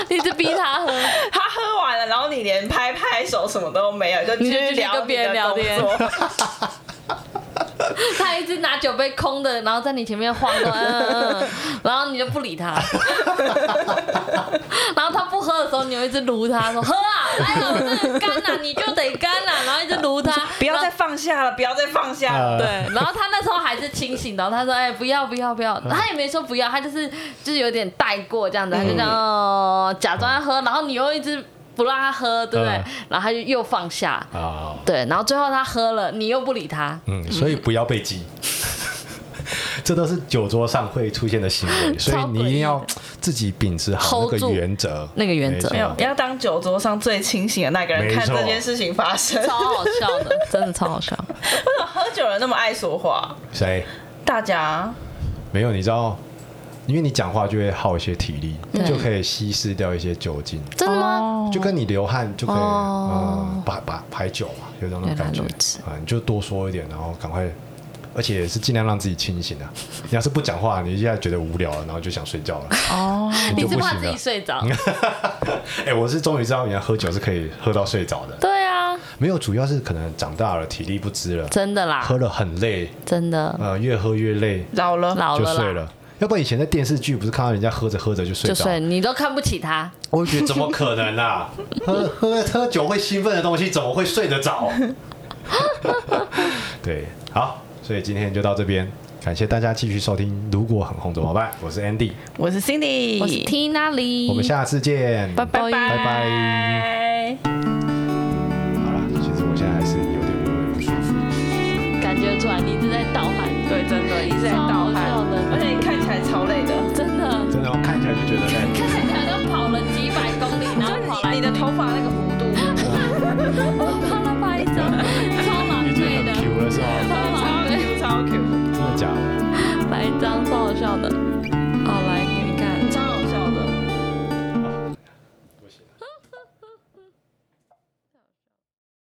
[SPEAKER 2] 一直逼他喝，
[SPEAKER 3] 他喝完了，然后你连拍拍手什么都没有，就
[SPEAKER 2] 你
[SPEAKER 3] 继
[SPEAKER 2] 就
[SPEAKER 3] 续
[SPEAKER 2] 继续
[SPEAKER 3] 聊
[SPEAKER 2] 跟别人
[SPEAKER 3] 你的
[SPEAKER 2] 聊天
[SPEAKER 3] 工作
[SPEAKER 2] 他一直拿酒杯空的，然后在你前面晃动，嗯嗯嗯，然后你就不理他， 然后他不喝的时候，你又一直撸他说喝啊，哎呀，我这个干啊，你就得干啊，然后一直撸他，
[SPEAKER 4] 不要
[SPEAKER 2] 然后
[SPEAKER 4] 再放下了，不要再放下了。
[SPEAKER 1] 呃
[SPEAKER 2] 对， 然后他那时候还是清醒的哦，他说：“哎、不要不要不要。”
[SPEAKER 1] 嗯
[SPEAKER 2] 他也没说不要，他就是就是有点带过这样子，他就
[SPEAKER 1] 嗯
[SPEAKER 2] 这样、呃假装要喝，然后你又一直不让他喝，对不对？
[SPEAKER 1] 嗯
[SPEAKER 2] 然后他就又放下，
[SPEAKER 1] 啊，
[SPEAKER 2] 对，然后最后他喝了，你又不理他，
[SPEAKER 1] 嗯，所以不要被激。 这都是酒桌上会出现的行为，所以你一定要自己秉持好那
[SPEAKER 2] Hold
[SPEAKER 1] 个
[SPEAKER 2] 住
[SPEAKER 1] 原则。
[SPEAKER 2] 那个原则
[SPEAKER 1] 错
[SPEAKER 4] 没有，要当酒桌上最清醒的那个
[SPEAKER 1] 嗯没
[SPEAKER 4] 人看
[SPEAKER 1] 错
[SPEAKER 4] 这件事情发
[SPEAKER 1] 嗯
[SPEAKER 4] 生。
[SPEAKER 2] 超好笑 的，真的超好笑。
[SPEAKER 3] 喝酒人那么爱说话，
[SPEAKER 1] 谁？
[SPEAKER 4] 大家
[SPEAKER 1] 没有，你知道，因为你讲话就会耗一些体力，就可以稀释掉一些酒精，
[SPEAKER 2] 真的吗？
[SPEAKER 1] 就跟你流汗就可以，
[SPEAKER 2] 哦
[SPEAKER 1] 嗯，把把排酒嘛，有这种感觉
[SPEAKER 2] 原来如此
[SPEAKER 1] 啊，你就多说一点，然后赶快。而且是尽量让自己清醒啊！ 你要是不讲话，你一下觉得无聊了，然后就想睡觉了，
[SPEAKER 4] 哦，
[SPEAKER 1] 你
[SPEAKER 2] 你
[SPEAKER 1] 就是不
[SPEAKER 2] 怕
[SPEAKER 1] 行
[SPEAKER 2] 自
[SPEAKER 1] 了
[SPEAKER 2] 己。睡着？
[SPEAKER 1] 哎、我是终于知道，原来喝酒是可以喝到睡着的。
[SPEAKER 2] 对啊，
[SPEAKER 1] 没有，主要是可能长大了，体力不支了，
[SPEAKER 2] 真的啊啦
[SPEAKER 1] 喝，了很累，
[SPEAKER 2] 真的
[SPEAKER 1] 呃，越喝越累，
[SPEAKER 4] 老了，
[SPEAKER 2] 老
[SPEAKER 1] 就
[SPEAKER 2] 了
[SPEAKER 1] 睡
[SPEAKER 2] 啦，
[SPEAKER 1] 了。要不然以前在电视剧不是看到人家喝着喝着就睡
[SPEAKER 2] 就
[SPEAKER 1] 着，
[SPEAKER 2] 睡，你都看不起他。
[SPEAKER 1] 我就觉得怎么可能啊？喝喝喝酒会兴奋的东西，怎么会睡得着？ 对，好，所以今天就到这边，感谢大家继续收听。如果很红怎么办？我是 Andy，
[SPEAKER 4] 我是 Cindy，
[SPEAKER 2] 我是 Tina Lee，
[SPEAKER 1] 我们下次见，
[SPEAKER 2] 拜拜
[SPEAKER 1] 拜拜。
[SPEAKER 4] 拜。
[SPEAKER 1] 好了，其实我现在还是有点微微不舒服。
[SPEAKER 2] 感觉出来你一直在盗汗，对。
[SPEAKER 3] 真的一直在
[SPEAKER 2] 超
[SPEAKER 3] 盗
[SPEAKER 2] 好
[SPEAKER 3] 汗
[SPEAKER 2] 笑的，
[SPEAKER 3] 而且你看起来超累的，
[SPEAKER 2] 真的，
[SPEAKER 1] 真的，我看起来就觉得累。
[SPEAKER 2] 看起来都跑了几百公里，然后跑
[SPEAKER 3] 就
[SPEAKER 2] 来
[SPEAKER 3] 是你你的头发那个弧度，
[SPEAKER 2] 我帮他拍一张，超狼
[SPEAKER 1] 已经
[SPEAKER 2] 狈
[SPEAKER 1] 很哦
[SPEAKER 2] 的，
[SPEAKER 1] Q 了是吧？
[SPEAKER 2] 超狼
[SPEAKER 3] 超
[SPEAKER 2] 狈，
[SPEAKER 3] Q 超 Q。
[SPEAKER 1] 真的假的？
[SPEAKER 2] 拍一张超好笑的。